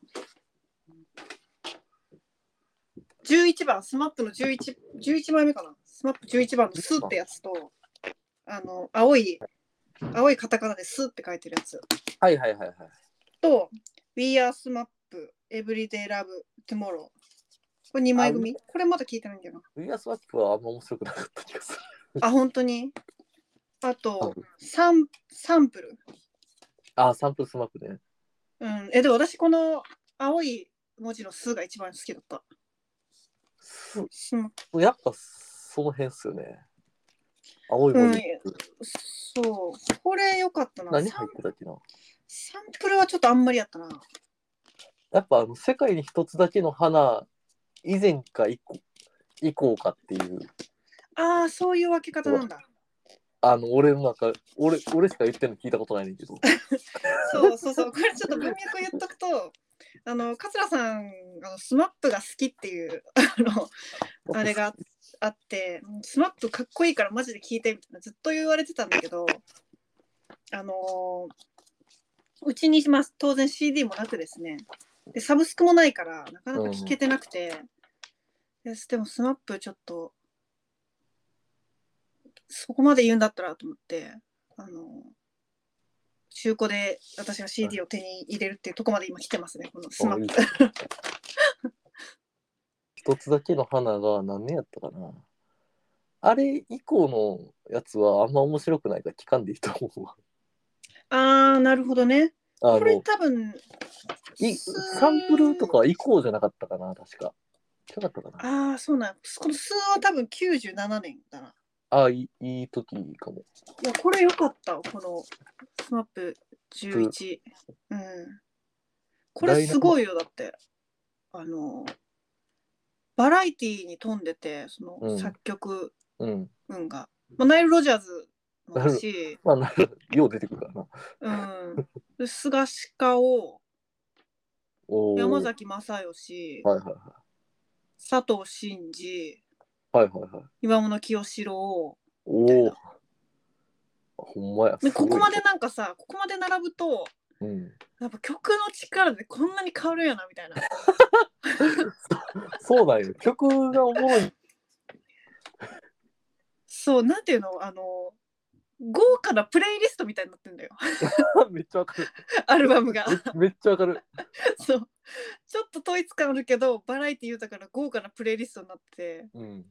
11番スマップの1111枚目かなスマップ11番の「ス」ってやつとあの青い青いカタカナで「ス」って書いてるやつはいはいはいはいと「We are SMAP Everyday Love Tomorrow」これ2枚組これまだ聞いてないんだよな。ウィアスワキはあんま面白くなかった気がする。あ、本当にあとう、サンサンプル。あ、サンプルスマップね。うん。え、でも私この青い文字の数が一番好きだった。すスマやっぱその辺っすよね。青い文字。うんそう。これ良かったな。何サ入ンってたっけなサンプルはちょっとあんまりやったな。やっぱあの世界に一つだけの花以前か以降以降かっていうああ、そういう分け方なんだ。あの俺の中俺俺しか言ってるの聞いたことないねんけどそうそうそう。これちょっと文脈言っとくと、あの、桂さん、あのスマップが好きっていう、あの、 あれがあって、もうスマップかっこいいからマジで聞いてみたいなずっと言われてたんだけど、あのーうちにします当然 CD もなくですね、でサブスクもないからなかなか聞けてなくて、ですでもスマップちょっとそこまで言うんだったらと思って、あのー中古で私が CD を手に入れるっていうとこまで今来てますね、このスマップ。一つだけの花が何年やったかなあれ以降のやつはあんま面白くないから聞かんでいいと思うわあー、なるほどね。あこれの多分いサンプルとかは以降じゃなかったかな確か違かったかなああそうなんこの数は多分97年だなああいいいい時かもいやこれ良かったわこのスマップ11うんこれすごいよだってあのバラエティーに富んでてそうんの作曲うん運が、まあ、ナイル・ロジャーズもだし、まあなよう出てくるからなうんで、菅鹿をおー山崎正義はいはいはい佐藤真二はいはいはい岩物清志郎おみたいおな。ほんまや。ですごこいこまで。なんかさここまで並ぶとうん。やっぱ曲の力でこんなに変わるんやなみたいな。そうだよ。曲がおもろい。 そう、なんていうのあの、豪華なプレイリストみたいになってんだよ。 めっちゃわかる。アルバムが。めっちゃわかる。そう。ちょっと統一感あるけど、バラエティ豊かな豪華なプレイリストになってて。うん。い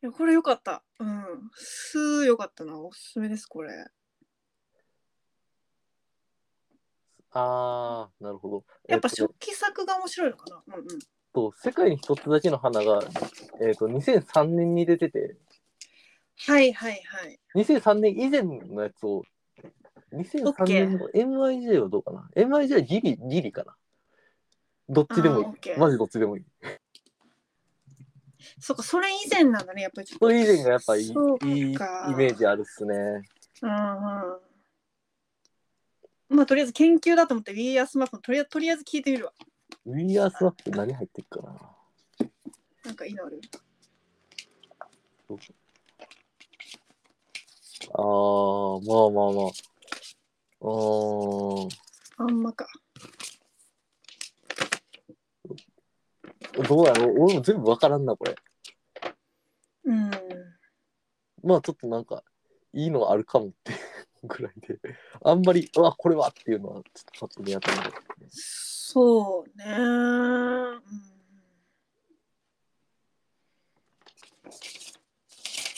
や、これよかった。うん。すーよかったな。おすすめです、これ。ああ、なるほど。やっぱえっ食器作が面白いのかな。うんうん。と、世界に一つだけの花が、えっ、と、2003年に出てて、はいはいはい。 2003年以前のやつを、2003年の MIJ はどうかな ?MIJ はギリ、ギリかなどっちでもいあーオッケい。ーマジどっちでもいい。そっか、それ以前なんだね、やっぱりちょっと。それ以前がやっぱいいいいイそうかメージあるっすね。うんうん。まあ、とりあえず研究だと思って、We Are Smart のとりあえずとりあえず聞いてみるわ。 We are s m a p 何入ってるかななんかいいのあるああ、まあまあまあ。うーん。あんまか。どうやろう俺も全部わからんな、これ。うん。まあちょっとなんか、いいのあるかもっていう ぐらいで。あんまり、うわ、これはっていうのは、ちょっとパッと見当たらない。そうね、うん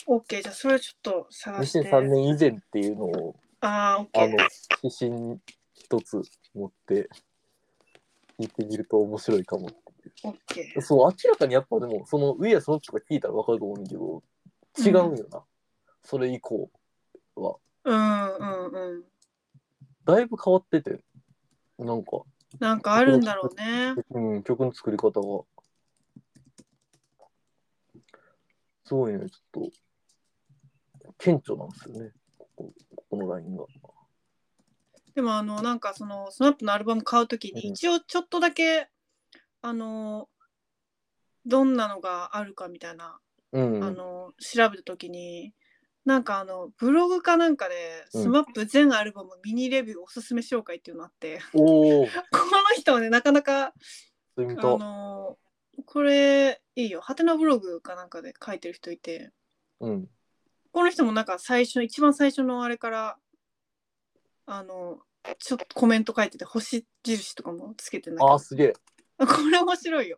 オッケーじゃあそれちょっと探して。 2003年以前っていうのを、ああ、オッケあーの、指針に一つ持って、聞いてみると面白いかも。オッケそう、明らかにやっぱでも、その、ウィアそのとか聞いたらわかると思うんだけど、違うんよな。それ以降、ー。うんうんうん。だいぶ変わってて、なんか、なんかあるんだろうね。うん、曲の作り方が。すごいね、ちょっと、顕著なんですよね、ここここのラインが。でもあのなんかそのスマップのアルバム買うときにうん一応ちょっとだけ、あのどんなのがあるかみたいなうん。あの調べた時になんかあのブログかなんかでうん SMAP 全アルバムミニレビューおすすめ紹介っていうのあって、 おお、この人はねなかなか、それ見あた。のこれいいよハテナブログかなんかで書いてる人いてうん。この人もなんか最初一番最初のあれからあのちょっとコメント書いてて星印とかもつけてない ああ、すげえ。これ面白いよ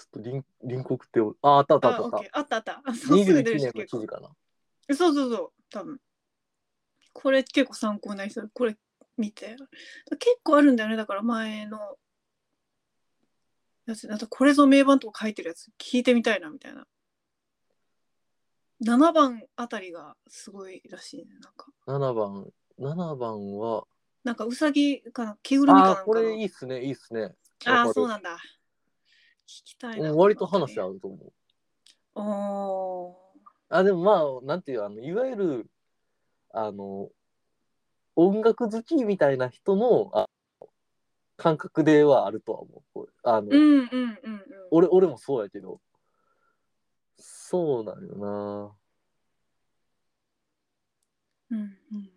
ょっとリン隣国っておああったあったああ、っオたあッっケー、あったあった。あ、たそうすぐ21出る年し、の記結構事。かなそうそうそう、多分。これ結構参考になりそう。これ見て。結構あるんだよね。だから前のやつ。あと、これぞ名盤とか書いてるやつ、聞いてみたいな、みたいな。7番あたりがすごいらしいね。なんか、 7番7番はなんかうさぎかな、着ぐるみかなんあかーこれのいいっすねいいっすねあー、そうななんだ。聞きたいな。割と話合うと思うおあでもまあなんていうあのいわゆるあの音楽好きみたいな人のあ感覚ではあるとは思うこれあの、ー。うんうんうんうん。俺俺もそうやけどそうなんよなうんうん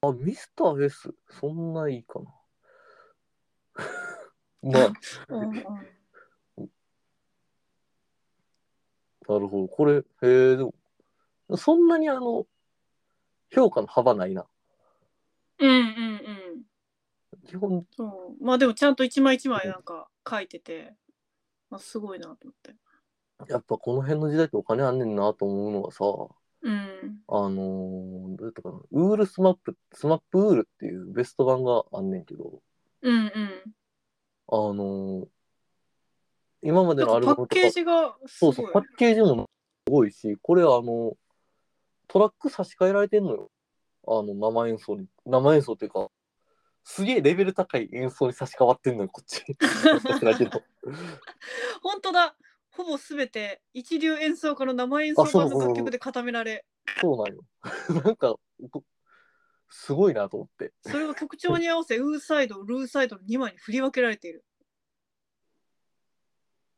あミスター S そんないい かなまあうんうんなるほど。これ、へえ、でも、そんなにあの、評価の幅ないな。うんうんうん。基本、そう。まあでもちゃんと一枚一枚なんか書いてて、まあ、すごいなと思って。やっぱこの辺の時代ってお金あんねんなと思うのはさ、うん。あのーどうやったかな、ウールスマップ、スマップウールっていうベスト版があんねんけど、うんうん。あのー今までのなアんルかバパッムとか、ケージがすそごうい。そう、パッケージもすごいし、これあの、トラック差し替えられてんのよ。あの、生演奏に、生演奏っていうか、すげえレベル高い演奏に差し替わってんのよ、こっ ち。だけど。本当だ。ほぼすべて一流演奏家の生演奏あそ家うそうのそう楽曲で固められ、そうなんよ。なん か、こすごいなと思って。それを曲調に合わせ、ウーサイド、ルーサイドの2枚に振り分けられている。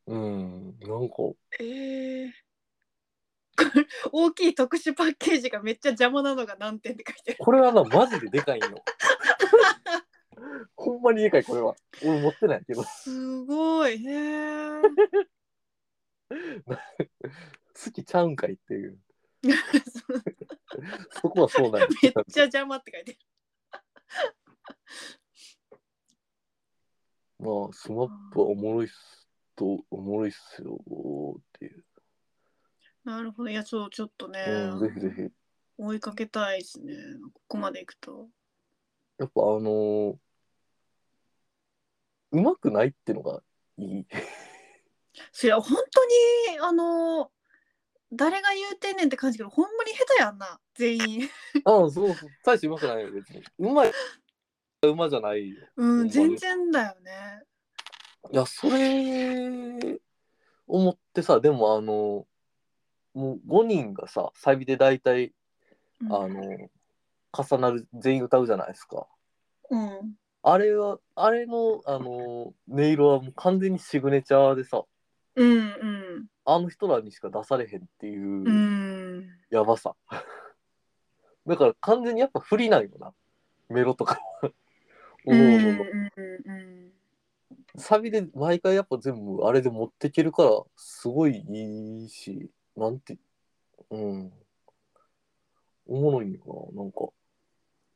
うん、なんか、ええ大きい特殊パッケージがめっちゃ邪魔なのが難点って書いてある。これはな、マジでで かいんよ。ほんまにでかい、これは。俺持ってないけど。すごい。へえ。好きちゃうんかいって いう。そうそこはそうなんよめっちゃ邪魔って書いてまあ、スマップはおもろいっすと、おもろいっすよっていう。ある。なるほど。いや、そう、ちょっとね、うん、ぜひぜひ。追いかけたいですね。ここまで行くと。やっぱあのーうまくないってのがい い。そりゃ、本当に、あの、誰が言うてんねんって感じけど、ほんまに下手やんな、全員。ああ、そう、大してうまくないよ、別に。うまい。うまじゃないよ。うん、ほんま全に然だよね。いや、それ、思ってさ、でもあのもう5人がさ、サビで大体、うあんの重なる、全員歌うじゃないですか。うん。あれは、あれの、あの音色はもう完全にシグネチャーでさ、うん、あの人らにしか出されへんっていううん。うん。やばさ。 だから完全にやっぱ不利なんよな。メロとか。おのうんおののうんうんサビで毎回やっぱ全部あれで持ってけるから、すごいいいし、なんて、うん。おもろいんかな。なんか、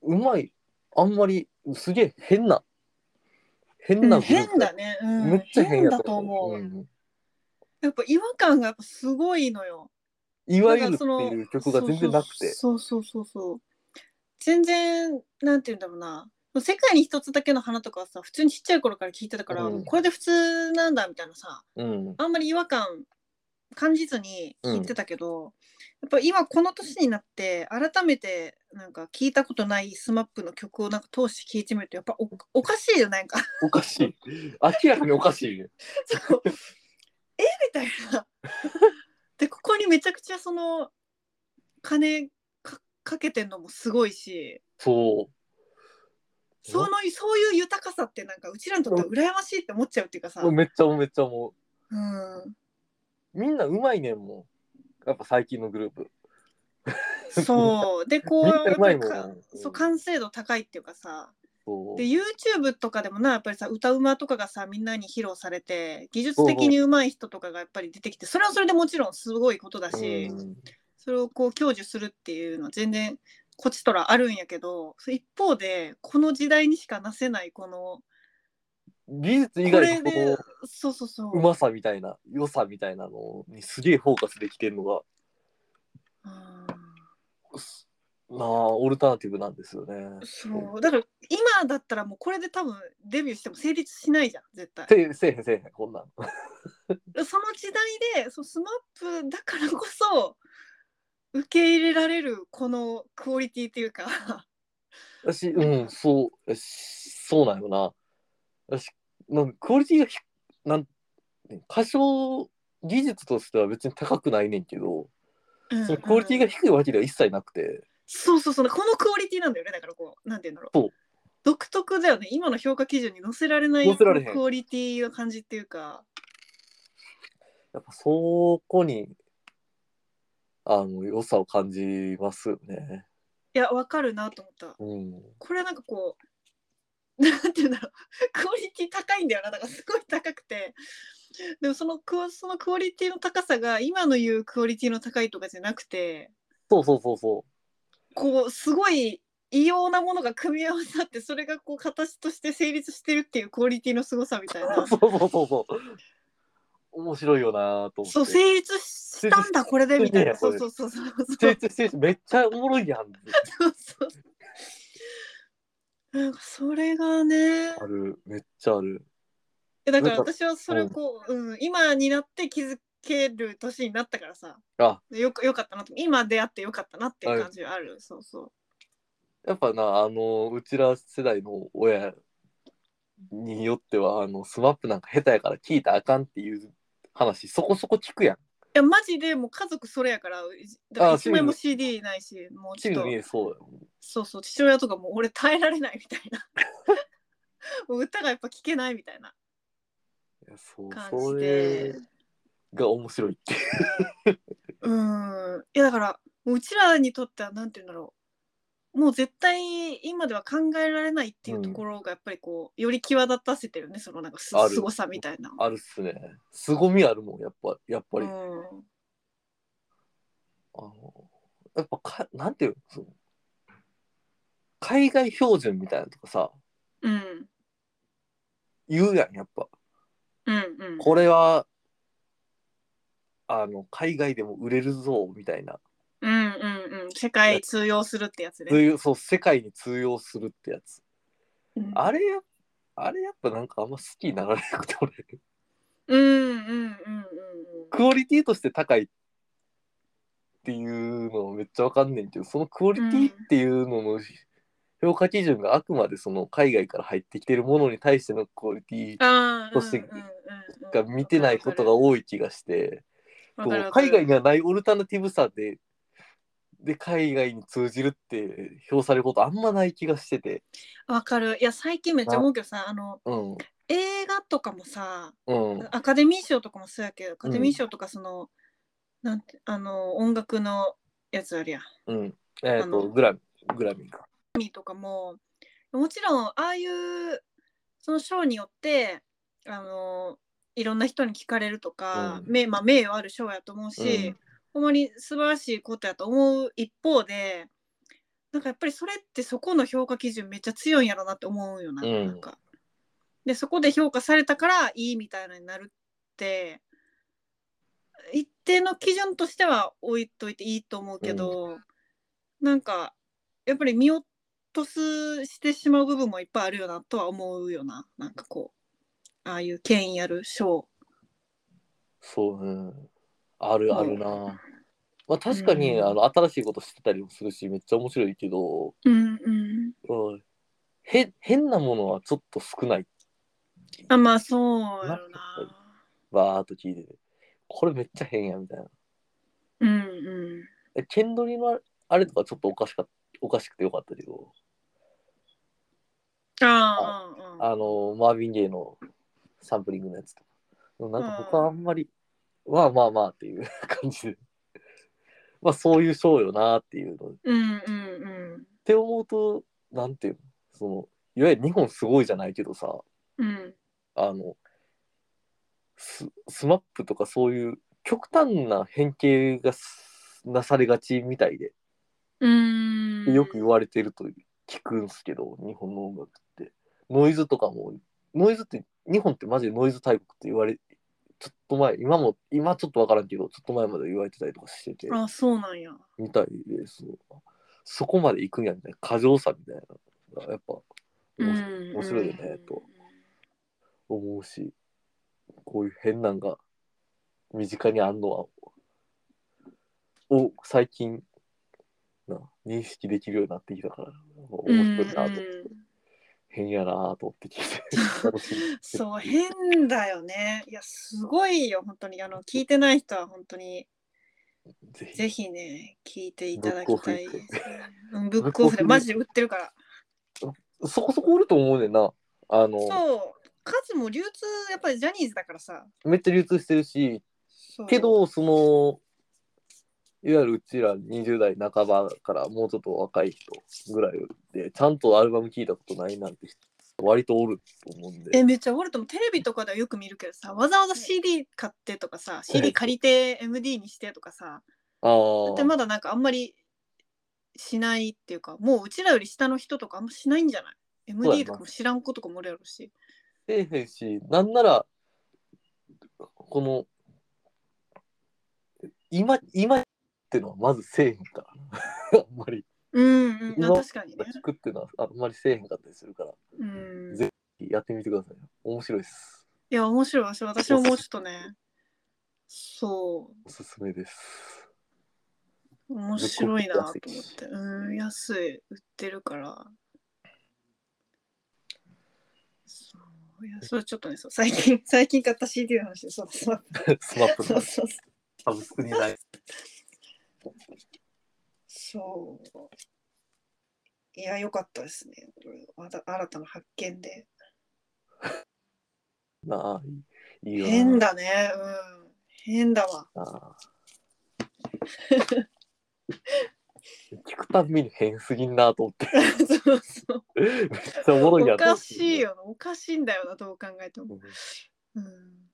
うまい。あんまり、すげえ変な。変う、なんグループ変だね、うん、めっちゃ変やだったと思う、んやっぱ違和感がやっぱすごいのよ、いわゆるなんってかそのいう曲が全然なくて。そうそうそうそうそう全然なんて言うんだろうな「世界に一つだけの花」とかはさ普通にちっちゃい頃から聞いてたから、うんもうこれで普通なんだみたいなさうん。あんまり違和感感じずに聞いてたけど、やっぱ今この年になって改めてなんか聞いたことない SMAP の曲をなんか通して聞いてみるとやっぱおおかしいよなんかおかしい。明らかにおかしいね。そうえみ たいな。でここにめちゃくちゃその金かかけてんのもすごいし。そう。そのそういう豊かさってなんかうちらにとっては羨ましいって思っちゃうっていうかさ、もううん、めっちゃもうめっちゃもうみんなうまいねんもんやっぱ最近のグループそうでこうみんやなっうまぱいりもんかそう完成度高いっていうかさそうで YouTube とかでもなやっぱりさ歌うまとかがさみんなに披露されて技術的にうまい人とかがやっぱり出てきてそれはそれでもちろんすごいことだし、うんそれをこう享受するっていうのは全然こっちとらあるんやけどそう一方でこの時代にしかなせないこの技術以外これのでこそうそうそうのうまさみたいな良さみたいなのにすげえフォーカスできてるのがあすなあオルタナティブなんですよね。ーそうだから今だったらもうこれで多分デビューしても成立しないじゃん絶対せえせえへんせえへんこんなん。その時代でそうスマップだからこそ受け入れられるこのクオリティっていうか私うんそうやしそうなんよな。私なんかクオリティがひなん歌唱技術としては別に高くないねんけどそのクオリティが低いわけでは一切なくてそうそうそうこのクオリティなんだよねだからこうなんて言うんだろうそう独特だよね今の評価基準に載せられない載せられへんクオリティの感じっていうかやっぱそこにあの良さを感じますよね。いやわかるなと思ったうんこれはなんかこう なんて言うんだろうクオリティ高いんだよなだからすごい高くてでもそのクオそのクオリティの高さが今の言うクオリティの高いとかじゃなくてそうそうそうそう。こうすごい異様なものが組み合わさってそれがこう形として成立してるっていうクオリティの凄さみたいなそうそうそうそう。面白いよなと思って。そう成立したんだこれでみたいなそそうそうそうそうそうそう成立してるしめっちゃおもろいやん。そうなんかそれがねある、めっちゃある。えだからなんか私はそれをこう、うん、今になって気づける年になったからさあ、よくよかったなと今出会ってよかったなっていう感じはある、そうそうやっぱな、あの、うちら世代の親によっては、あの、スマップなんか下手やから聞いたらあかんっていう話、そこそこ聞くやん。いやマジでもう家族それやからだから一枚も CD ないしもうチちょっルとにそうやもんそうそう父親とかもう俺耐えられないみたい なもう歌がやっぱ聴けないみたいないやそう、感そじれでが面白いっていう。うんいやだからもううちらにとってはなんて言うんだろうもう絶対今では考えられないっていうところがやっぱりこう、より際立たせてるねそのなんかすあるすごさみたいな。あるっすね。凄みあるもん、やっぱ、やっぱり。うんあのやっぱかなんていうのその海外標準みたいなのとかさうん言うやんやっぱうんうんこれはあの海外でも売れるぞみたいなうんうんうん世界通用するってやつそうね。いうそう世界に通用するってやつうんあれやあれやっぱなんかあんま好きにならなくて俺うんうんうんうんうんクオリティとして高いっていうのめっちゃわかんねんけどそのクオリティっていうのの評価基準があくまでその海外から入ってきてるものに対してのクオリティあーそしてうんうんうんうんが見てないことが多い気がしてわかるこうわかる海外にはないオルタナティブさでで海外に通じるって評されることあんまない気がしててわかるいや最近めっちゃ思うけどさあのうん映画とかもさうんアカデミー賞とかもそうやけどアカデミー賞とかその、なんてあの音楽のやつあるやんうんえっ、あとのグラミーグラミーかとかももちろんああいうその賞によってあのいろんな人に聞かれるとか、うん名まあ、名誉ある賞やと思うし、うんほんまに素晴らしいことやと思う一方でなんかやっぱりそれってそこの評価基準めっちゃ強いんやろなって思うよな,、うんなんかでそこで評価されたからいいみたいなになるって一定の基準としては置いといていいと思うけど、なんかやっぱり見落とすしてしまう部分もいっぱいあるよなとは思うよななんかこうああいう権威ある賞そううんあるあるな、うんまあ確かに、うんあの新しいことしてたりもするしめっちゃ面白いけど、うんうんうん、へ変なものはちょっと少ないあまあそうやなろんなバーっと聞いててこれめっちゃ変やみたいなうんうんえケンドリのあれとかちょっとおかしかっおかしくてよかったけどあああああのマーヴィン・ゲイのサンプリングのやつとかなんか僕はあんまり、まあまあまあっていう 感じでまあそういうショーよなっていうのっうんうんて思うとなんていうのそのいわゆる日本すごいじゃないけどさうんうんあのススマップとかそういう極端な変形がすなされがちみたいでうんよく言われてると聞くんすけど、日本の音楽ってノイズとかもノイズって日本ってマジでノイズ大国って言われちょっと前今も今ちょっとわからんけどちょっと前まで言われてたりとかしててあそうなんや。みたいですそこまで行くんやみたいな過剰さみたいなやっぱうん面白いよねと思うしこういう変なんが身近にあんのはを最近な認識できるようになってきたからうん面白いなと、うん変やなと思って聞い て楽しいそう変だよね。いやすごいよ本当にあの聞いてない人は本当にぜひぜひね聞いていただきたいですね。うんブックオフ行ってックオフでマジで売ってるから。そこそこおると思うねんなあのそう数も流通やっぱりジャニーズだからさ。めっちゃ流通してるしそうけどそのいわゆるうちら20代半ばからもうちょっと若い人ぐらいでちゃんとアルバム聴いたことないなんて人割とおると思うんでえめっちゃ俺ともテレビとかではよく見るけどさわざわざ CD 買ってとかさ CD 借りて MD にしてとかさあだっーてまだなんかあんまりしないっていうかもううちらより下の人とかあんましないんじゃないだよな ?MD とかも知らん子とかもおるやろし。せえへんしなんならこの今今ってのはまずせえへんから あんまりうん、うん、あ今確かにね。聞くっていうのはあんまりせえへんかったりするからうん、ぜやってみてください面白いですいや面白い私私ももうちょっとねそおすすめです う面白いなと思っブックオフてうん安い売ってるからそういやそれちょっとねそう最近 最近買った CD の話でそうそうスマップそのうそうサブスクにないそういや良かったですねこれまた新たな発見でないいいよな変だねうん変だわ あ ー聞くたんびに変すぎんなと思って そうそうめっちゃおもろいやおんと思かってしいよなおかしいんだよなどう考えてうも、んうん、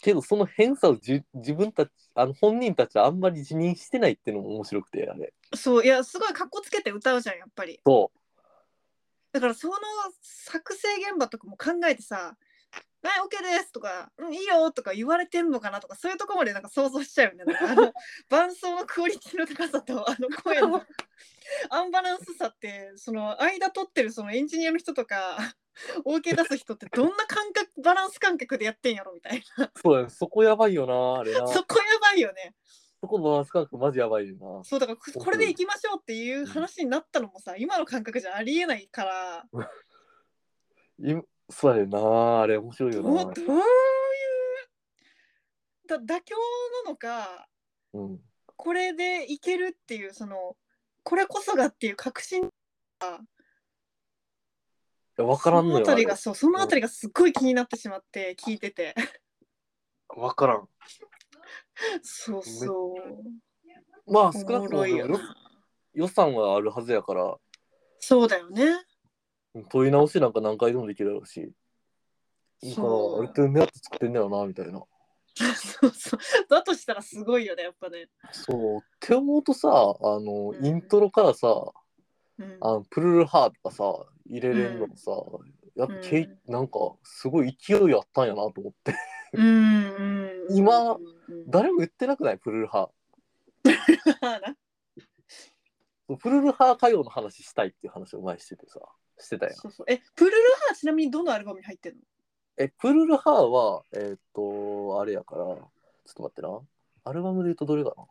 けどその変さをじ自分たちあの本人たちはあんまり自認してないっていうのも面白くてあれそういやすごい格好つけて歌うじゃんやっぱりそだからその作成現場とかも考えてさ「はい OK です」とか「うんいいよ」とか言われてんのかなとかそういうとこまでなんか想像しちゃうよねなんかあの伴奏のクオリティの高さとあの声のアンバランスさってその間取ってるそのエンジニアの人とか OK 出す人ってどんな感覚バランス感覚でやってんやろみたいなうそうやんそこやばいよなあれな そこやばいよねそこバランス感覚マジやばいよなそうだからここれでいきましょうっていう話になったのもさ今の感覚じゃありえないからいそうやよなあれ面白いどようなどういうだ妥協なのかうんこれでいけるっていうそのこれこそがっていう確信いや分からんのそよのあたりがそうそのあたりがすっごい気になってしまって聞いてて 分からんそうそうまあお少なもくともろいよ予な予算はあるはずやからそうだよね 問い直しなんか何回でもできるやろうしいいからあそうる程度目って作ってんだよなみたいなそうそうだとしたらすごいよねやっぱね、そうって思うとさあの、うんイントロからさうん、あのプルルハーとかさ入れれるのもさ、やっぱけい、なんかすごい勢いあったんやなと思って うんうんうん今うんうん誰も言ってなくないプルルハなプルルハ歌謡の話したいっていう話を前にしててさしてたやん そうそうえプルルハーちなみにどのアルバムに入ってるのえ、プルルハーは、えーっと、あれやから、ちょっと待ってな。アルバムで言うとどれかな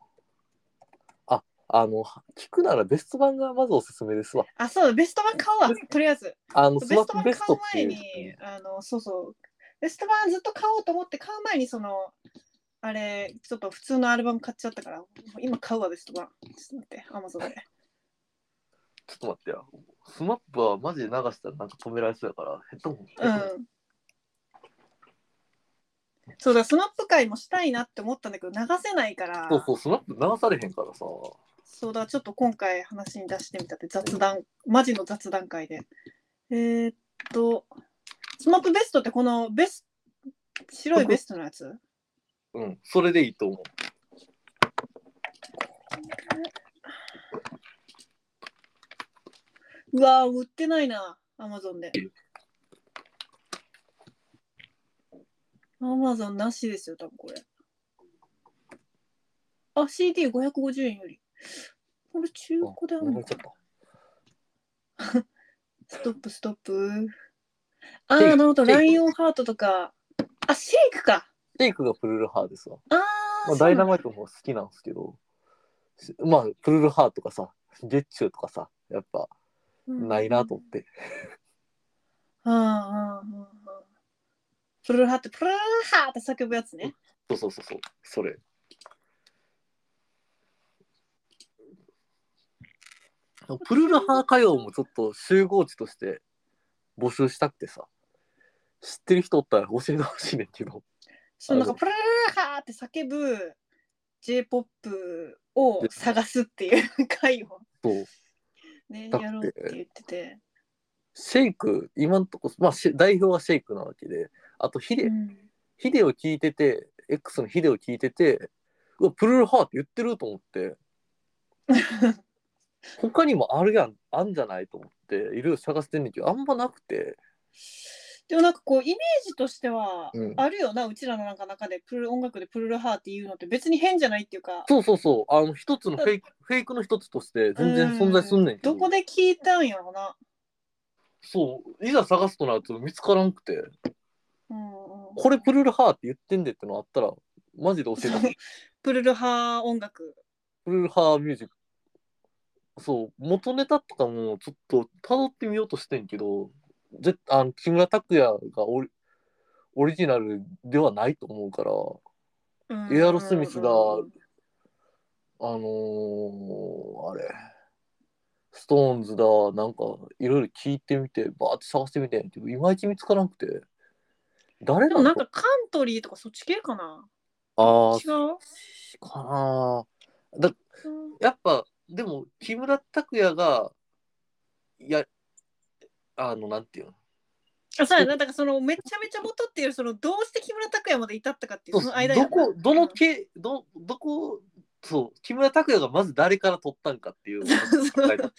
あ、あの、聞くならベスト版がまずおすすめですわ。あそうベスト版買うわとりあえずあの、ベスマッストプ版ベ買ストうってい前う。にあのそうそうベスト版ずっと買おうと思って買う前にそのあれちょっと普通のアルバム買っちゃったから今買うわベスト版ちょっと待ってアマゾンでちょっと待ってや。スマップはマジで流したらなんか止められそうやから、ヘッドホン。うんそうだスマップ会もしたいなって思ったんだけど流せないからそうそう、スマップ流されへんからさ。そうだちょっと今回話に出してみたって雑談マジの雑談会でえー、っとスマップベストってこのベス白いベストのやつうん、それでいいと思う。うわー売ってないなアマゾンで。アマゾンなしですよ、多分これ。あ、CD550 円より。これ中古である流のれちかゃっなたストップ、ストップ。ああ、シェイなクるほど。シェイクライオンハートとか。あ、シェイクか。シェイクがプルルハーですわ。あまあ、あ、ダイそうなナんマイトも好きなんですけど、しまあ、プルルハーとかさ、ゲッチューとかさ、やっぱないなと思って。うんうんうんうんプルルハってプルルハって叫ぶやつね。そうそうそうそう、それ。プルルハー歌謡もちょっと集合地として募集したくてさ、知ってる人おったら教えてほしいねんけど、そうなんあかのプルルハって叫ぶ J-POP を探すっていう 回をそうねだってやろうって言ってて。シェイク、今んとこ、まあ、シェ代表はシェイクなわけで、あとヒデ、うんヒデを聞いてて、X のヒデを聞いてて、うわ、プルルハーって言ってると思 って、他にもあるやん、あんじゃないと思って、いろいろ探してんねんけど、あんまなくて、でもなんかこうイメージとしてはうんあるよな、うちらのなんか中でプルル音楽でプルルハっていうのって別に変じゃないっていうかそうそうそう、あの、一つのフェイク、フェイクの一つとして全然存在すんねんけど、どこで聞いたんやろな。そう、いざ探すとなると見つからんくて、うんうんこれプルルハーって言ってんでってのあったら、マジで教えてほしい。プルルハ音楽。 プルルハーミュージック。そう、元ネタとかもちょっと辿ってみようとしてんけど、ぜあの木村拓哉がオリオリジナルではないと思うから、うんエアロスミスがうんあのー、あれ、ストーンズだ、なんかいろいろ聞いてみて、バーって探してみてんけど、いまいち見つからなくて、誰なでもんなだんかカントリーとかそっち系かなああ、違うかなーだやっぱでも木村拓哉がいやあのなんていうのあそうやなだからそのめちゃめちゃ元っていうそのどうして木村拓哉まで至ったかっていうその間やどなこどのけどどこそう木村拓哉がまず誰から取ったんかっていうそう そう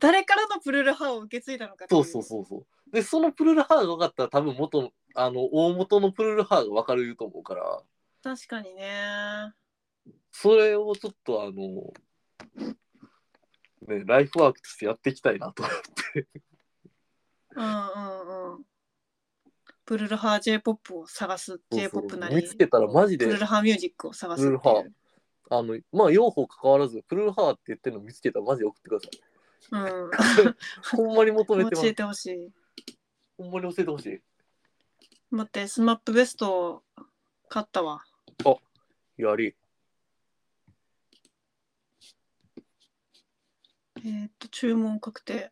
誰からのプルルハを受け継いだのかっていそうそうそうそうでそのプルルハーが分かったら多分元のあの大元のプルルハーが分かると思うから確かにねそれをちょっとあのねライフワークとしてやっていきたいなと思ってうんうんうんプルルハ J-POP を探す J-POP なり見つけたらマジプでルルハミュージックを探すっていうプルルあの、まあ、用法関わらず、プルーハーって言ってるの見つけたらマジ送ってください。ほんまに求うめんてま教すえ。てほしいほんまに教えてほしい。待ってスマップベスト買ったわやり。えーっと注文確定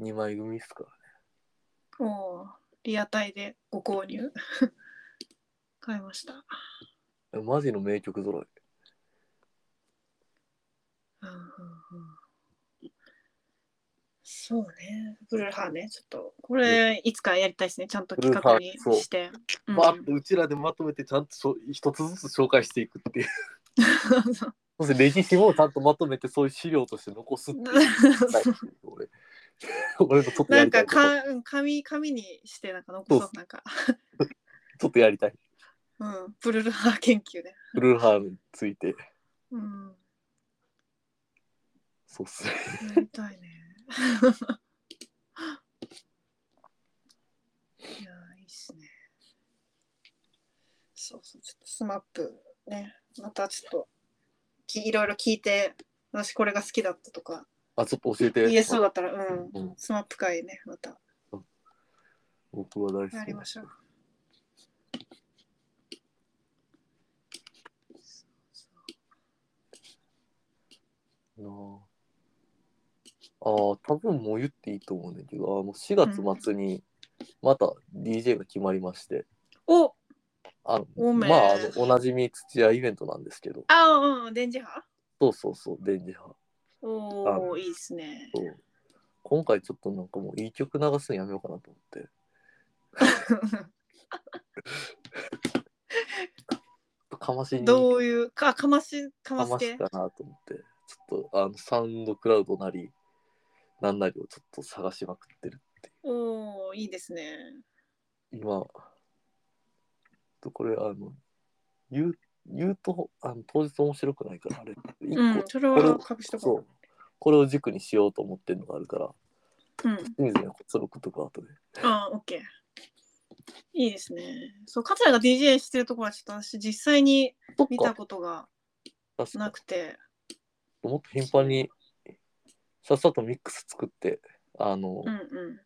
2枚組っすか。おお、リアタイでご購入。 買いました。えマジの名曲揃い。うんうんうん、そうね。ブルーハーね、ちょっと、これ、いつかやりたいですね。ちゃんと企画にブルーハーそうして。うんまあ、あとうちらでまとめてちゃんとしょ一つずつ紹介していくっていう。そしてレジ史もちゃんとまとめてそういう資料として残すってい う。俺 俺もちょっと なやんりたいかこと。か、うん紙、紙にして、なんか残そそうう、なんか、ちょっとやりたい。うん、ブルーハー研究ね。プルーハーについて。うん、そうっすね。 やりたいね。 いやー、いいっすね。そうそう、ちょっとスマップね、またちょっときいろいろ聞いて、私これが好きだったとか、あ、ちょっと教えて。言えそうだったら、うん、うんスマップ会ね、また僕は大やり好ましょう。きな。ああ、多分もう言っていいと思うんだけど、あの4月末にまた DJ が決まりまして、おあのおめえまああの、おなじみ土屋イベントなんですけど、あうんうん、電磁波そうそうそう、電磁波。あおのおいいっす ね。そう今回ちょっとなんかもういい曲流すのやめようかなと思って、かましにかどういう、か、かまし、かままししてた。なと思って、ちょとあのサウンドクラウドなりなんなりをちょっと探しまくってるっておおいいですね。いう今とこれあの言う言うとあの当日面白くないからあれ一個、うん、それは隠しとそこうこれを軸にしようと思ってるのがあるからう。うん、清水にはそれ送っとく後でああ、オッケー。いいですね。そう、桂が DJ してるところはちょっと私実際にそっ見たかことが確かなくて。もっと頻繁にさっさとミックス作ってあの、うんうん。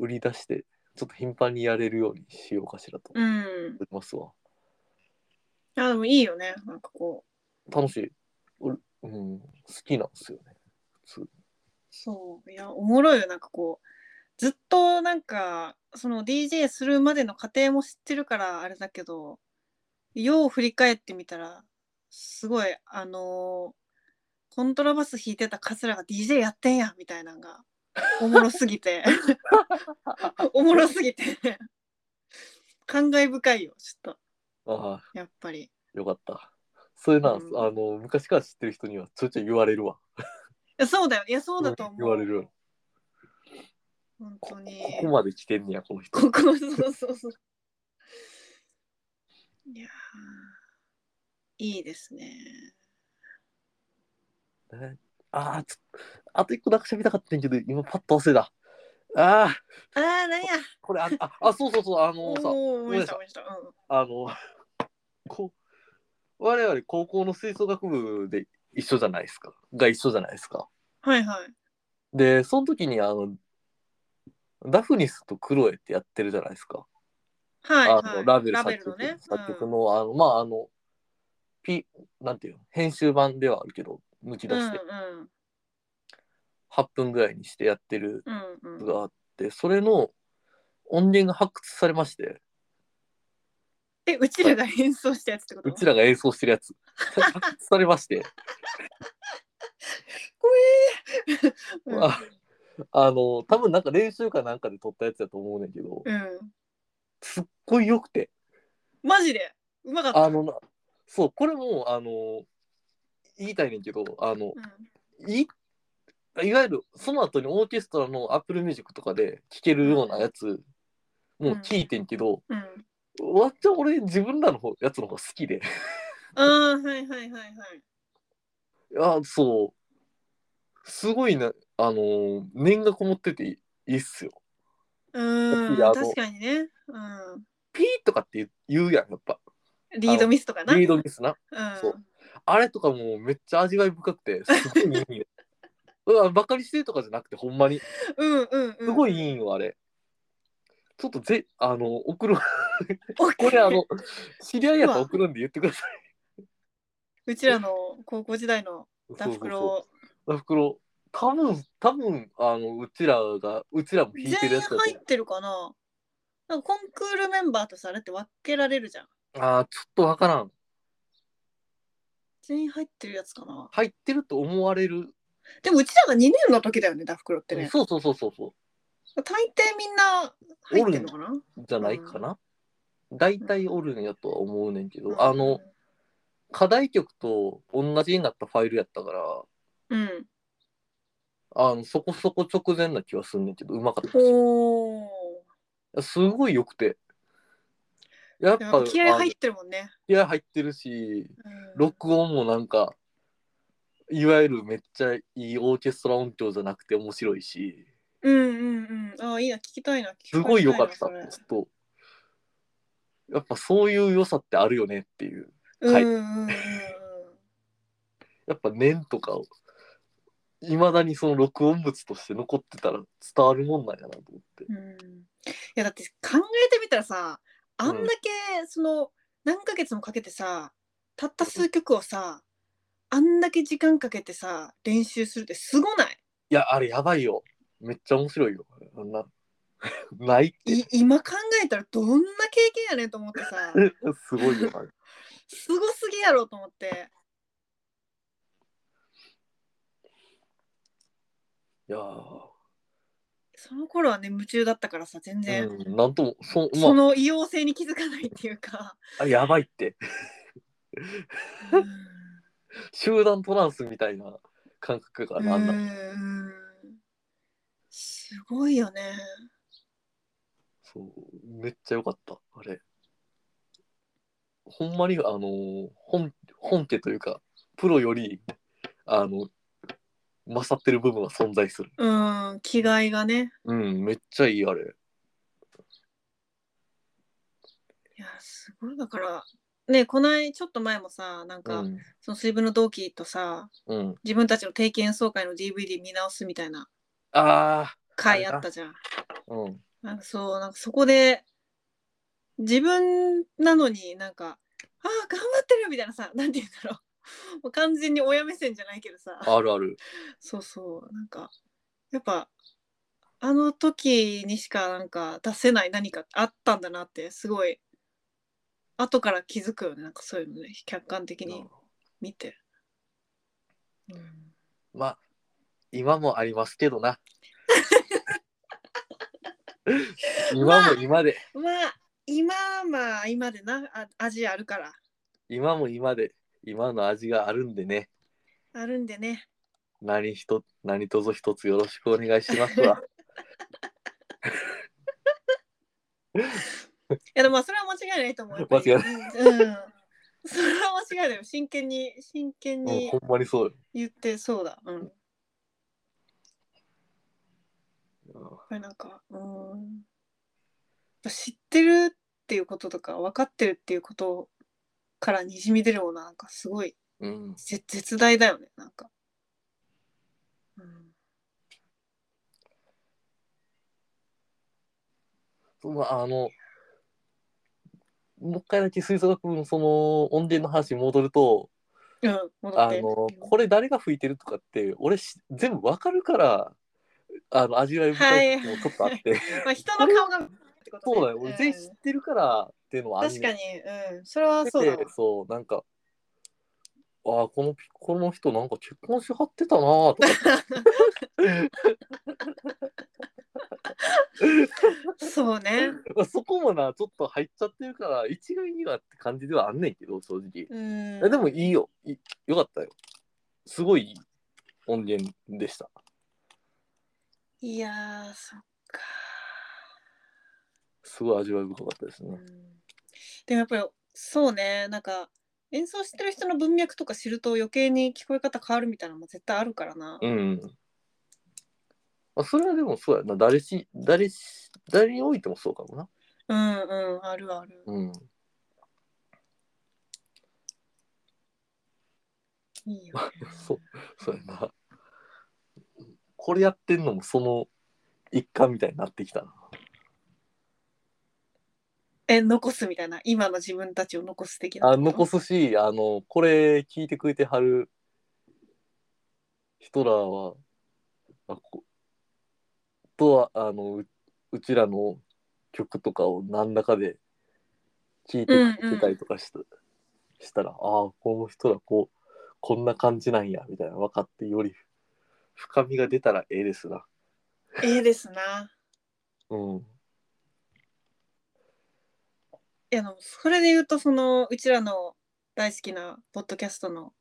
売り出してちょっと頻繁にやれるようにしようかしらと思うん。いますわ、あでもいいよね。なんかこう。楽しい俺、うん、好きなんですよね普通そう。いや、おもろいよ。なんかこう。ずっとなんか、その DJ するまでの過程も知ってるからあれだけど、よう振り返ってみたら、すごい、あのーコントラバス弾いてた桂が DJ やってんや、みたいなのが、おもろす ぎて。おもろすぎて感慨深いよちょっあとやっぱりいあよかったそういうな、うんあの昔から知ってる人にはちょいちょい言われるわやそうだよいやそうだと思う言われる本こ当にここまで来てんねやこの人ここそうそうそういやーいいですねねああちょっとあと一個なんか喋りたかったんやけど今パッと忘れたあああーなんやこれあああそうそうそうあのさおごお思めいん出なしさたい思い出したうんあの、こ我々高校の吹奏楽部で一緒じゃないですか。が一緒じゃないですか。はいはいで、その時にあの、ダフニスとクロエってやってるじゃないですか。はいあはのいラベルラ作ベル曲のね作曲うんの、あの、まあ、あの、ピ、なんていうの、編集版ではあるけど、抜き出してうん8分ぐらいにしてやってるうんのうんうんがあって、それの音源が発掘されまして、えうちらが演奏したやつってことうちらが演奏してる やつ、発掘されまして、こえーああの、多分なんか練習かなんかで撮ったやつだと思うねんけど、うんうんすっごい良くて。マジでうまかったあのな、そう、これも、あの、言いたいねんけど、あの、うんい、いわゆるその後にオーケストラの Apple Music とかで聴けるようなやつ、もう聞いてんけど、うんわっちゃ俺自分らの方やつの方が好きで。 ああはいはいはいはい。あそう。すごいな、あの、念がこもってていいいいっすよ。うーんいやあの確かにね。うピーとかって言うやん、やっぱ。ん。リードミスとかな。リードミスな。うん。そうあれとかもうめっちゃ味わい深くて、すごいいいね。 うわ、バカにしてるとかじゃなくて、ほんまに。うんうんうすん。ごいいいんよ、あれ。ちょっとぜ、あの、送る、 OK。これあ の、知り合いやったら送るんで言ってくださうちらの高校時代のい。ダフそうそクうロそう。ダフクロ。多分、多分、あの、うちらが、うちらも弾全いてる員やつだと入ってるかな。なんかコンクールメンバーとさあれって分けられるじゃん。ああ、ちょっとわからん。全員入ってるやつかな。入ってると思われる。でもうちらが2年の時だよねダフクロってね。そうそうそうそうそ大抵みんな入ってるのかな。う。じゃないかな。大体おるんやとは思うねんけうんど、あの、。課題曲と同じになったファイルやったから、うん。あのそこそこ直前な気はすんねんけどうまかったしおお。すごいよくてやっやぱっぱ気合あ入のってるもんね。気合入ってるしうん録音もなんかいわゆるめっちゃいいオーケストラ音響じゃなくて面白いしうんうんうん。ああ、いいな、聞きたいな。聞きすたなごい良かったそちれょっとやっぱそういう良さってあるよねっていううんはいうんうんうん。やっぱ念とかをいまだにその録音物として残ってたら伝わるもんなんやなと思ってうんいや、だって考えてみたらさ、あんだけ、その、何ヶ月もかけてさ、たった数曲をさ、あんだけ時間かけてさ、練習するってすごないいやあれやばいよめっちゃ面白いよあんな ないって い今考えたらどんな経験やねんと思ってさ、すごいよな。すごすぎやろと思って。いやその頃はね、夢中だったからさ、全然、ー、うん、なんとも、そそまの異様性に気づかないっていうか。あ、やばいって、うん集団トランスみたいな感覚があうるあんな、んすごいよね。そうめっちゃ良かったあれほんまにあの本本家というかプロよりあの勝ってる部分が存在するうん、気概がね。うんめっちゃいいあれいや、すごい。だから、ね、こない、ちょっと前もさ、なんうか、ん、その水分の同期とさ、うん、自分たちの定期演奏会の DVD 見直すみたいなあ回あったじゃん。あうんなんかそう、なんかそこで、自分なのになんか、ああ、頑張ってるみたいなさ、なんて言うんだろう。もう完全に親目線じゃないけどさ。あるあるそうそうなんかやっぱあの時にしかなんか出せない何かあったんだなってすごい後から気づくよねなんかそういうのね客観的に見て、うんまあ今もありますけど な今も今でまあ今まあ今でなあ味あるから今も今で今の味があるんでねあるんでね何ひと何とぞ一つよろしくお願いします わいやでもまあそれは間違いないと思うやっぱり間違うん、うんそれは間違いないよ真剣に真剣もうにほんまにそう言ってそうだうんよこれなんかうーん知ってるっていうこととか分かってるっていうことからにじみ出るものはなんかすごいうん絶絶大だよねなんか、うん、まああのもう一回だけ吹奏楽部のその音源の話に戻るとうん、戻っあてのこれ誰が吹いてるとかって俺し全部わかるからあの味わい深いこともちょっとあって、まあ、人の顔がってこと、 そうだよ俺全員知ってるからっていうのうはんあ確かにうんそれはてそうだわてそうなんかああこのこの人なんか結婚しはってたなーとかそ うねまあそこもなちょっと入っちゃってるから一概にはって感じではあんねんけど正直、うんえでもいいよいよかったよすごいいい音源でしたいやーそっかすごい味わい深かったですうねんでもやっぱりそうねなんか演奏してる人の文脈とか知ると余計に聞こえ方変わるみたいなのも絶対あるからな。うん、まあ、それはでもそうやな誰し誰し誰においてもそうかもなうんうんあるある。うん。いいよ、ねそうそうやなこれやってんのもその一環みたいになってきたなえ残すみたいな今の自分たちを残す的な。あ残す。すしあのこれ聞いてくれてはる人らはあことはあのううちらの曲とかを何らかで聞いてくれてたりとかした,、したらああこの人らこうこんな感じなんやみたいな分かってより深みが出たらええですな。ええですな。うん、いやでもそれで言うとそのうちらの大好きなポッドキャストの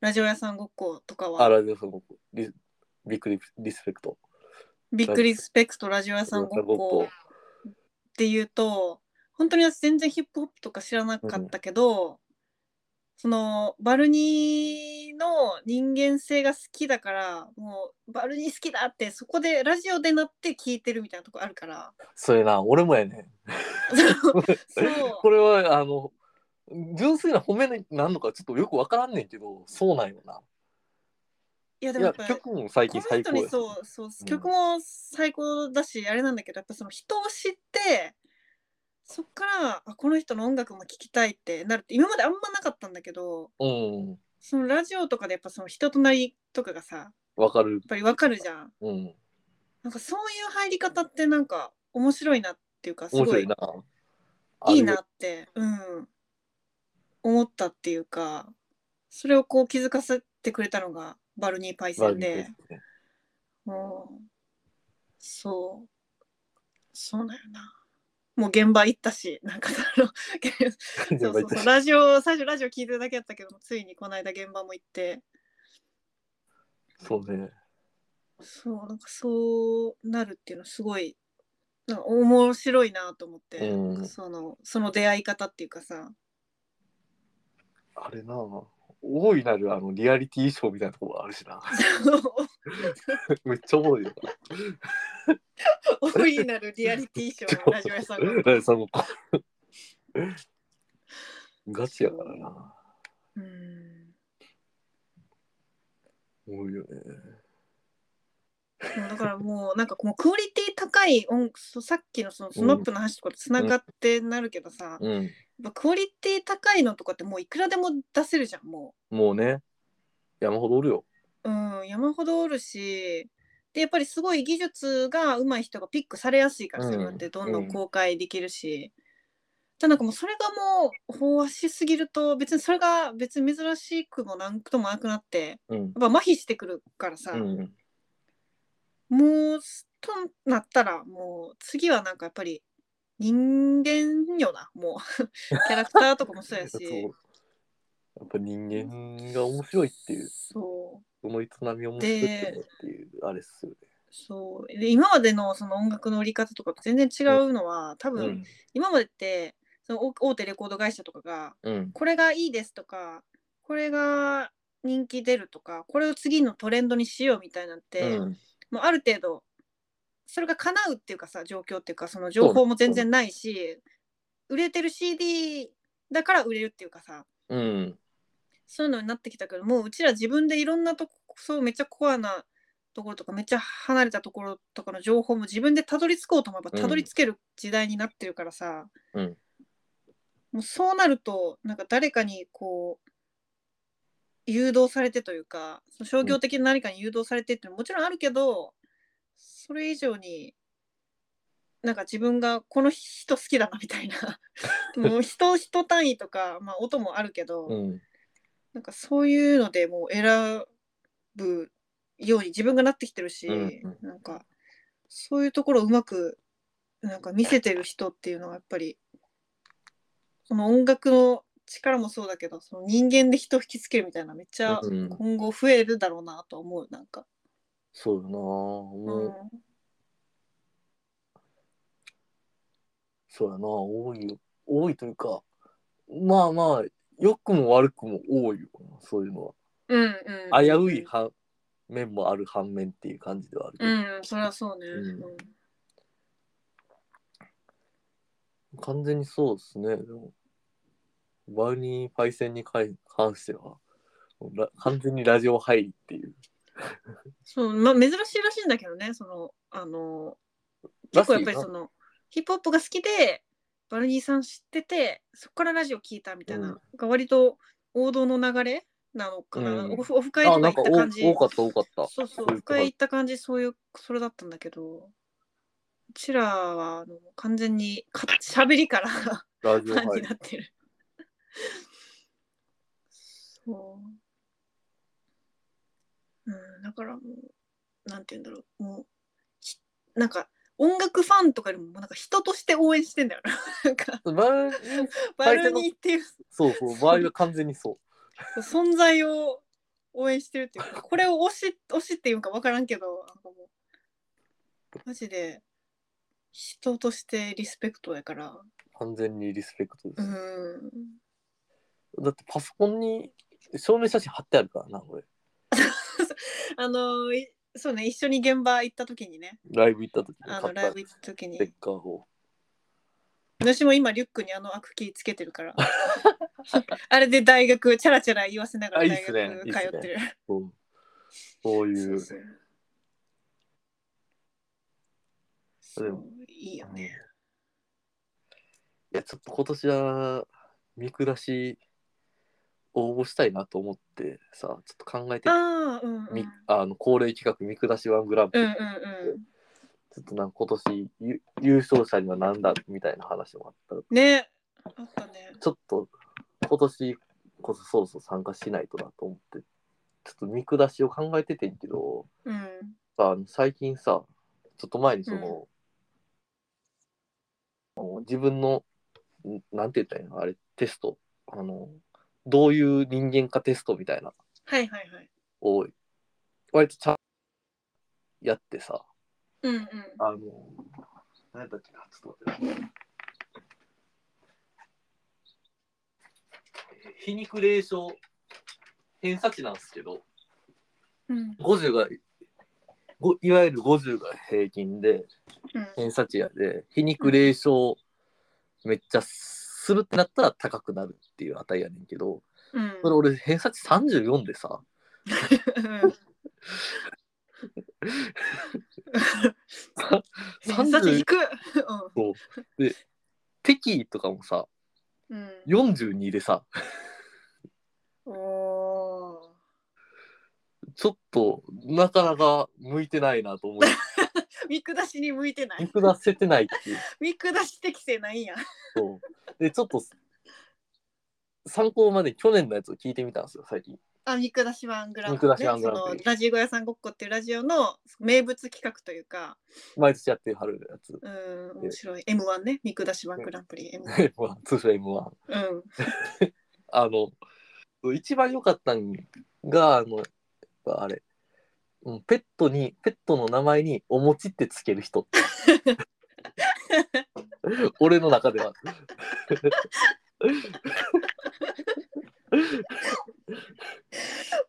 ラジオ屋さんごっことかあはらでそのリビッグリリスペクト。ビッグリスペクトラジオ屋さんごっこっていうと本当に私全然ヒップホップとか知らなかったけど、そのバルニーの人間性が好きだからもうバルニー好きだってそこでラジオでなって聞いてるみたいなとこあるから それな俺もやねん。そう これはあの純粋な褒めになんのかちょっとよく分からんねんけどそうなんよな。いやでいもややっぱ曲も最近この最人高にやしそうそううん曲も最高だし、あれなんだけどやっぱその人を知ってそっからあこの人の音楽も聴きたいってなるって今まであんまなかったんだけどうんそのラジオとかでやっぱその人となりとかがさやっ分かる。ぱりわかるじゃんうんなんかそういう入り方ってなんか面白いなっていうかす面ご白いいな。いいなってうん思ったっていうかそれをこう気づかせてくれたのがバルニーパイあセるンよでね。うんそうそうだよなもう現場行ったしなんかあのそうそうそうラジオ最初ラジオ聞いてるだけやったけどもついにこの間現場も行ってそうね。そうなんかそうなるっていうのはすごいなんか面白いなと思って、うんなんかそのその出会い方っていうか さあれな大いなるあのリアリティショーみたいなところあるしな。 めっちゃおもろいよ 大いなるリアリティショーをラジオ屋さんが。な。その子ガチやからな。うん多いよね。もうだからもうなんかもうクオリティ高い音そうさっきのそのスマップの話とかとつながってなるけどさ、やっうん。ぱクオリティ高いのとかってもういくらでも出せるじゃんもう。もうね、山ほどおるよ。うん、山ほどおるしでやっぱりすごい技術が上手い人がピックされやすいからうんそういうのってどんどうんん公開できるし、じゃあなんかもうそれがもう飽和しすぎると別にそれが別に珍しくもなんともなくなってうん。やっぱ麻痺してくるからさ、うん。もうとなったらもう次はなんかやっぱり人間よなもう キャラクターとかもそうや そうしやっぱ人間が面白いっていう、そうその営み面白いっていう、あれっすよね。そうで今までのその音楽の売り方とかと全然違うのは、多分、うん。今までってその大大手レコード会社とかがうん。これがいいですとかこれが人気出るとかこれを次のトレンドにしようみたいなんて、うんもうある程度それが叶うっていうかさ状況っていうかその情報も全然ないし売れてる CD だから売れるっていうかさうん。そういうのになってきたけどもううちら自分でいろんなとこそうめっちゃコアなところとかめっちゃ離れたところとかの情報も自分でたどり着こうと思えばうんたどり着ける時代になってるからさ、うんもうそうなるとなんか誰かにこう誘導されてというかその商業的な何かに誘導されてっていうのももちろんあるけどそれ以上になんか自分がこの人好きだなみた いなもう人人単位とか、まあ、音もあるけど。うん。なんかそういうのでもう選ぶように自分がなってきてるし、うんなんかそういうところをうまくなんか見せてる人っていうのはやっぱりその音楽の力もそうだけどその人間で人を引きつけるみたいなめっちゃうん今後増えるだろうなと思うなんか、そうよなうもう、んそうやな多いよ多いというかまあまあ良くも悪くも多いよなそういうのうんうん、は危うい反面もある反面っていう感じではあるけうど、んそれはそうね、うんうん完全にそうですねでもバウニーパイセンに関関してはラ完全にラジオ入りっていうそう、まあ、珍しいらしいんだけどねそのあの結構やっぱりそのヒップホップが好きでバルニーさん知っててそこからラジオ聞いたみたいな、うんが割と王道の流れなのかな、うんオフオフ会あとなか行んかおった感じ多かった多かったそうそそうういオうフこと会行った感じそういうそれだったんだけどうちらはあの完全にか喋りからフラジオァン入にりなってる、そう、うん、だからもうなんて言うんだろうもうひなんか音楽ファンとかよりもなんか人として応援してんだよな なんかバウニーバルニーっていうそうそう場合は完全にそ存在を応援してるっていうかこれを推し推しっていうんか分からんけどなんかもうマジで人としてリスペクトやからう完全にリスペクトです、うんだってパソコンに証明写真貼ってあるからな俺あのいそうね一緒に現場行った時にねライブ行った時にあ買のっライたブ行った時にステッカーを私も今リュックにあのアクキーつけてるから あれで大学チャラチャラ言わせなあがらいいっ大す学ね通ってるそうそういうそうでそうもそういいよいねやちょっと今年は見下し応募したいなと思ってさちょっと考えてああうんうんみあの恒例企画見下しワングランプうんリ、うんうんちょっとなんか今年ゆ優勝者には何だみたいな話もあったらねあったねちょっと今年こそそろそろ参加しないとなと思ってちょっと見下しを考えててんけどうんあの最近さちょっと前にその、あの自分のんなんて言ったらいいのあれテストあのどういう人間かテストみたいなはいはいはいを割とちゃんやってさ、うんうん。あの、何だっけな、ちょっと待ってな。皮肉霊障偏差値なんですけど、うん50がごいわゆる50が平均でうん。偏差値やで皮肉霊障めっちゃするってなったら高くなるっていう値やねんけどうんそれ俺偏差値34でさ 偏差値30低く。敵とかもさうん。 42でさうん。おーちょっとなかなか向いてないなと 思い見下しに向いてな見い。下せてないっていう見下し適性ないんや。そうでちょっと参考まで去年のやつを聞いてみたんですよ最近。あ、見下しワングラン見下しワングランプリそのラジオ屋さんごっこっていうラジオの名物企画というか、毎年やってる春のやつうん、面白い。M1 ね。見下しワングランプリ。M1。 M1 通称 M1 うん。あの、一番良かったんが、あの、やっぱあれ、うんペットに、ペットの名前にお餅ってつける人。俺の中では。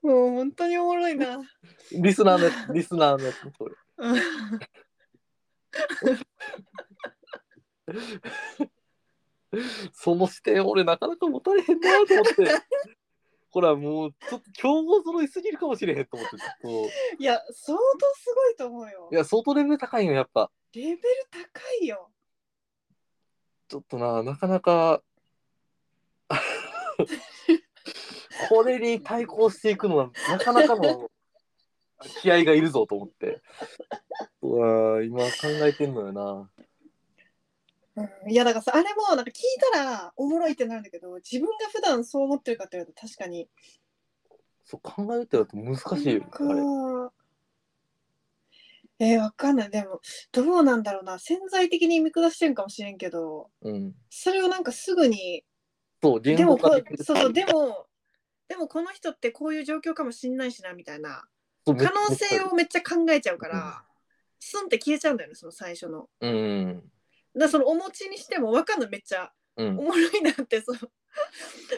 もう本当におもろいな。リスナーのやつ、リスナーのやつ、これ。うんその視点、俺なかなか持たれへんなと思って。ほら、もう、ちょっと競合揃いすぎるかもしれへんと思って、ちょっ いや、相当すごいと思うよと。い。や、相当レベル高いよ、やっぱ。レベル高いよ。ちょっとな、なかなか。 これに対抗していくのは、なかなかの。気合がいるぞと思って。うわー、今考えてんのよな。うんいやだからさあれもなんか聞いたらおもろいってなるんだけど自分が普段そう思ってるかって言われると確かにそう、考えるってだと難しいよね。あれ。なんかえー、わかんないでもどうなんだろうな潜在的に見下してるかもしれんけどうん。それをなんかすぐにそう、で言語も化こできる。そうそうでもでもこの人ってこういう状況かもしんないしなみたいなそう可能性。をめっちゃ考えちゃうかうんらスンって消えちゃうんだよねその最初の。めっちゃうん。だからそのお餅にしてもわかんないめっちゃうん お。もろいなってそう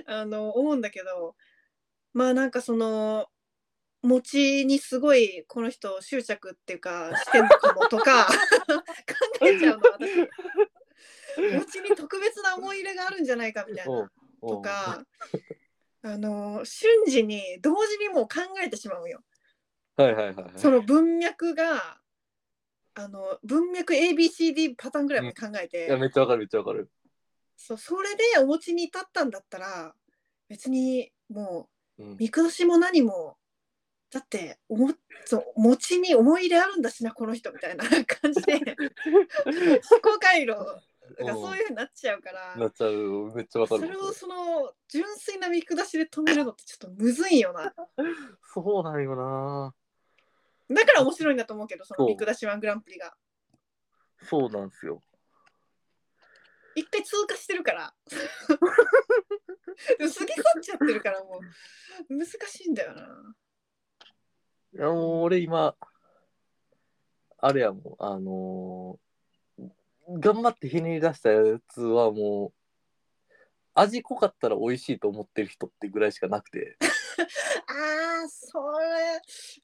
あの思うんだけどまあなんかその餅にすごいこの人執着っていうかしてんのかもと か考えちゃうの私餅に特別な思い入れがあるんじゃないかみたいおなうと。かあの瞬時に同時にもう考えてしまうよ。おうはいはいはいはい。その文脈があの文脈 ABCD パターンぐらいまで考えて。いや、めっちゃわかる、めっちゃわかる。そうそれでお餅に至ったんだったら別にもうんう。見下しも何もだっておもそう餅に思い入れあるんだしなこの人みたいな 感じで思考回路がそういうふうになっちゃうからなっちゃう、めっちゃわかそる。れをその純粋な見下しで止めるのってちょっとむずいよなそうなんよな。だから面白いんだと思うけどそそのう見下しワングランプリがそうなんですよ。一回通過してるから でも過ぎ去っちゃってるからもう難しいんだよないやもう俺今、あれやもん、あのー頑張ってひねり出したやつはもう、味濃かったら美味しいと思ってる人ってぐらいしかなく て、あーそれ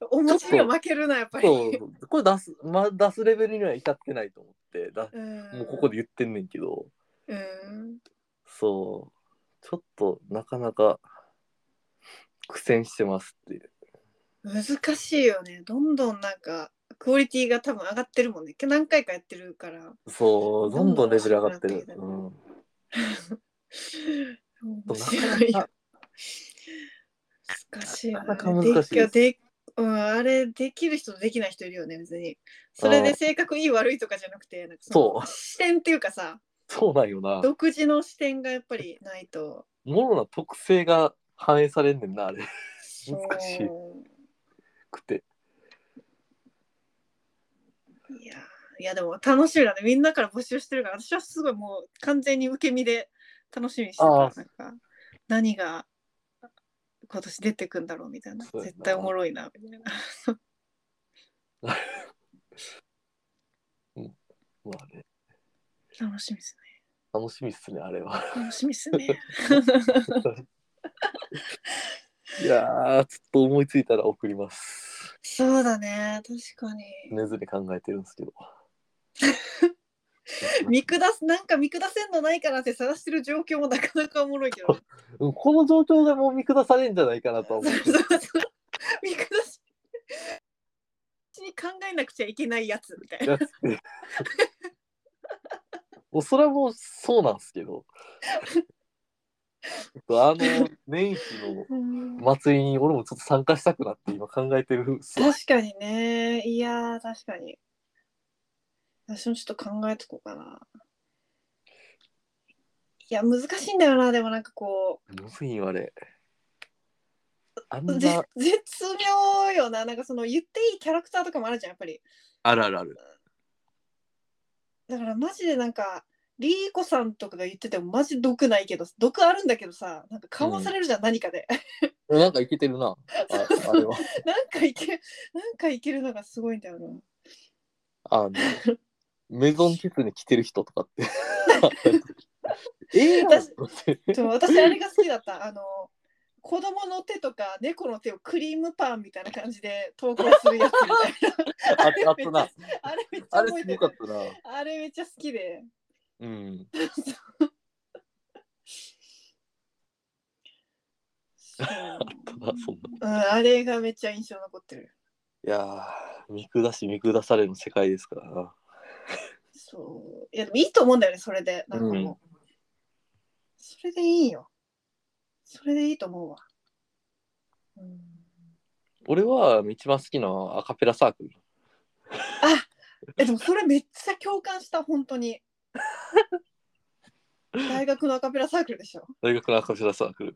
お餅には負けるなやっぱりそう、これ出す、まあ、出すレベルには至ってないと思って、だうんもうここで言ってんねんけど、うんそう、ちょっとなかなか苦戦してますっていう。難しいよねどんどんなんかクオリティが多分上がってるもんね何回かやってるからそう、どんどんレベル上がってる。どんどんうん。面白いよ難しいよねなかなか難しいですででうん、あれできる人とできない人いるよね別にそれで性格いい悪いとかじゃなくてなんかのそう視点っていうかさそうなんよな。独自の視点がやっぱりないともろな特性が反映されんねんな、あれ。難しいそうくて。いやーいやでも楽しみだねみんなから募集してるから私はすごいもう完全に受け身で楽しみにしてたあなんあか何が今年出てくんだろうみたいなそうやな絶対おもろいなみたいなまあね、楽しみです楽しみっすね、あれ は。ね。楽しみですね。いやー、ちょっと思いついたら送ります。そうだね、確かに。常々考えてるんですけど。 見下す、なんか見下せんのないかなって探してる状況もなかなかおもろいけどね。うんこの状況でもう見下されるんじゃないかなとはそう思う そ。うそう。見下し。 に考えなくちゃいけないやつみたいな。やつってもうそれはもうそうなんですけど。ちょっとあの年始の祭りに俺もちょっと参加したくなって今考えてるっすわ確かにね。いやー、確かに。私もちょっと考えとこうかな。いや、難しいんだよな、でもなんかこむずいよあれ。あんう、ぜな絶妙よな、なんかその言っていいキャラクターとかもあるじゃん、やっぱり。あるあるある。だからマジでなんか、リーコさんとかが言っててもマジ毒ないけど、毒あるんだけどさ、なんか緩和されるじゃん、何かで。 なんかいけてる な。ああれは。なんかいけ、なんかいけるのがすごいんだよな。あのメゾンキツネ着てる人とかって。えー、私ってそう私あれが好きだった。 あの子供の手とか猫の手をクリームパンみたいな感じで投稿するやつみあたっいな。あった な。あれめっちゃ あれ覚えすてごるか。ったな。あれめっちゃ好きで。うん。そうあそんな。うん、あれがめっちゃ印象残ってる。いやー、見下し見下されの世界ですからな。そう。いや、でもいいと思うんだよね、それで。なんかもう。うんそれでいいよ。それでいいと思うわ。うん、俺は一番好きなアカペラサークル。あえ、でもそれめっちゃ共感した、本当 に。大学のアカペラサークルでしょ。大学のアカペラサークル。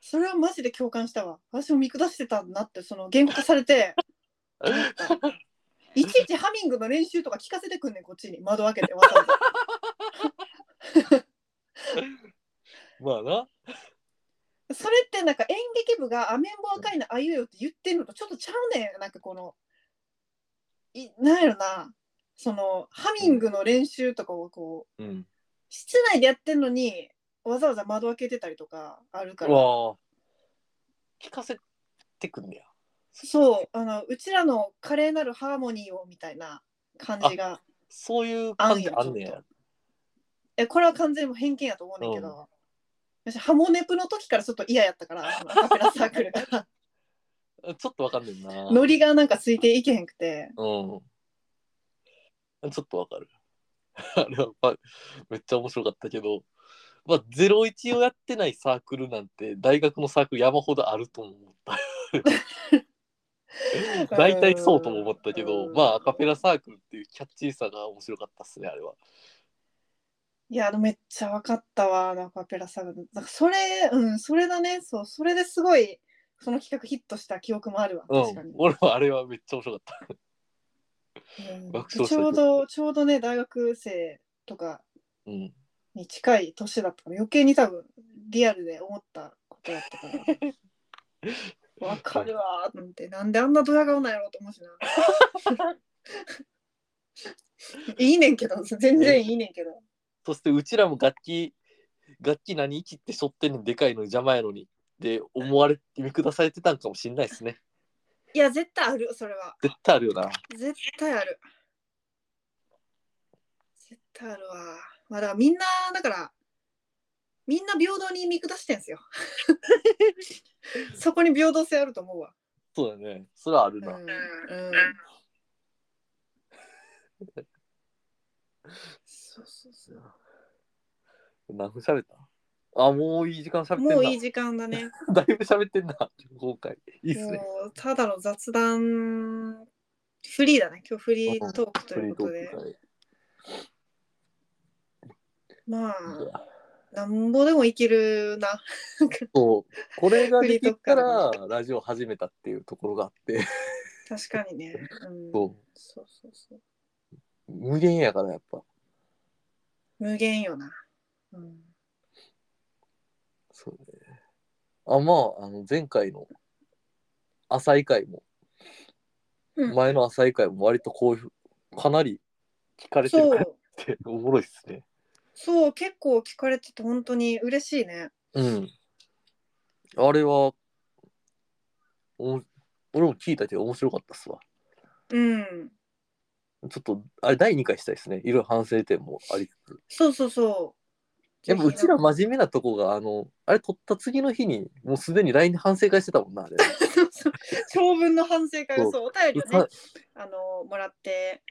それはマジで共感したわ。私も見下してたんだって、その言語化さ れて。思ったいちいちハミングの練習とか聞かせてくんねん、こっちに。窓開けてわざわざ。まあな。それってなんか演劇部が「アメンボ赤いなあいうえお」って言ってるのとちょっとちゃうねん。なんかこの、いなんやろな、そのハミングの練習とかをこう、うん。室内でやってんのに、わざわざ窓開けてたりとかあるかうら。わー聞かせてくんねや。そう、あのうちらの華麗なるハーモニーをみたいな感じが。そういう感じあんねあんよちょやっ。えこれは完全にもう偏見やと思うねんけど、私ハモネプの時からちょっと嫌やっ たからそのアカペラサークルがちょっとわかんねんな。ノリがなんかついていけへんくてうん。ちょっとわかる。 あれは、まあ、めっちゃ面白かったけど、まあ、01をやってないサークルなんて、大学のサークル山ほどあるとも思った。 大体そうとも思ったけど、うんまあ、アカペラサークルっていうキャッチーさが面白かったっすね、あれは。いやめっちゃ分かったわあのアカペラサークルなんかそれうんそれだねそうそれですごいその企画ヒットした記憶もあるわう確かに、ん。俺もあれはめっちゃ面白かった。うん爆笑したちょうどちょうどね大学生とかうん。に近い年だったから余計に多分リアルで思ったことだった からわかるわーなんてなんであんなドヤ顔なんやろうと思うしな いいねんけど全然いいねんけどそして、うちらも楽器、楽器何切ってしょってんねんでかいのに邪魔やのにって思われて見下されてたんかもしんないですね。いや絶対あるそれは絶対あるよな。絶対ある絶対あるわまあだからみんなだからみんな平等に見下してん すよそこに平等性あると思うわそうだね。それはあるうな。ん、うん、そうそうそう何分喋ったあ、もういい時間喋ってんな。もういい時間だね。 だいぶ喋ってんな、今回。いいっすもね。うただの雑談フリーだね。今日フリートークとフいリうートーことクで。会まあ、なんぼでもいけるな。そう、これがフリでートーきク会 たら、ラジオ始めたっていうところがあって、確かにね。うん、そそうそうそう。う、無限やから、やっぱ。無限よな。うん、そうね。あ、まあ、あの、前回の、浅い回も、うん前の浅い会も割とこういうかなり聞かれてるそ感うじでおもろいっすね。そう結構聞かれてて本当に嬉しいねうん。あれはおも俺も聞いたけど面白かったっすわ。うんちょっとあれ第2回したいですね。いろいろ反省点もありつそうそうそつ。やっぱうちら真面目なとこがあのあれ撮った次の日にもうすでに LINE で反省会してたもんなあれ。うそうそう長文の反省会をそうお便りをねさあのもらって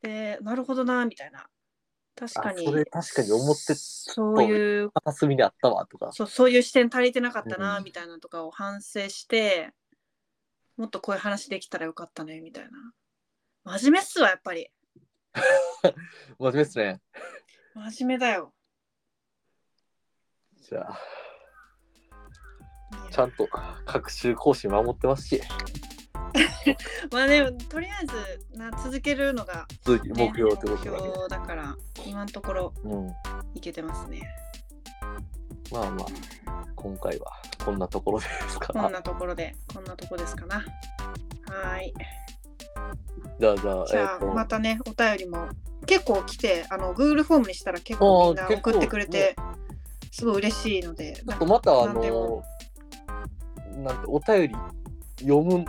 でなるほどなみたいな確かにあそれ確かに思ってそういう片隅にあったわとか。そうそういう視点足りてなかったなうんみたいなのとかを反省して、もっとこういう話できたらよかったねみたいな真面目っすわやっぱり真面目っすね。真面目だよじゃあちゃんと各週更新守ってますしまあでもとりあえずな続けるのが、続きね目標ってことだ目ね。標だから今のところうん。いけてますねまあまあ今回はこんなところですかこんら。なところでこんなとこですかなはーいじゃあじゃあじゃあえっとまたねお便りも結構来てあの Google フォームにしたら結あ構ーみんな送ってくれて、すごい嬉しいのでちょっとまたあなんでものなんてお便り読む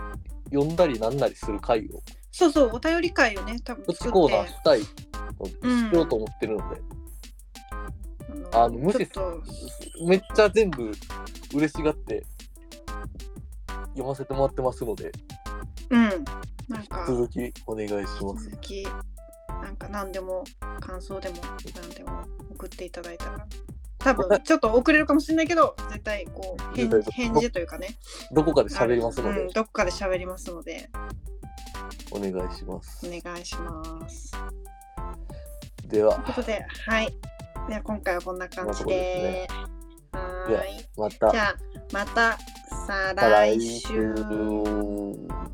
読んだりなんなりする回をそうそうお便り会をね多分こっ作ちっコーナーてしたいしうんようと思ってるので、ああの無視ちょっめっちゃ全部嬉しがって読ませてもらってますのでうんなんか続きお願いします。続きなんか何でも感想でも何でも送っていただいたら多分ちょっと遅れるかもしれないけど絶対こう返絶対返事というかねどこかで喋りますのうでん、どっかで喋りますのでお願いします。お願いします。でというこはとで、はい。では今回はこんな感じで。はーい。またじゃあまた再再来来週。週。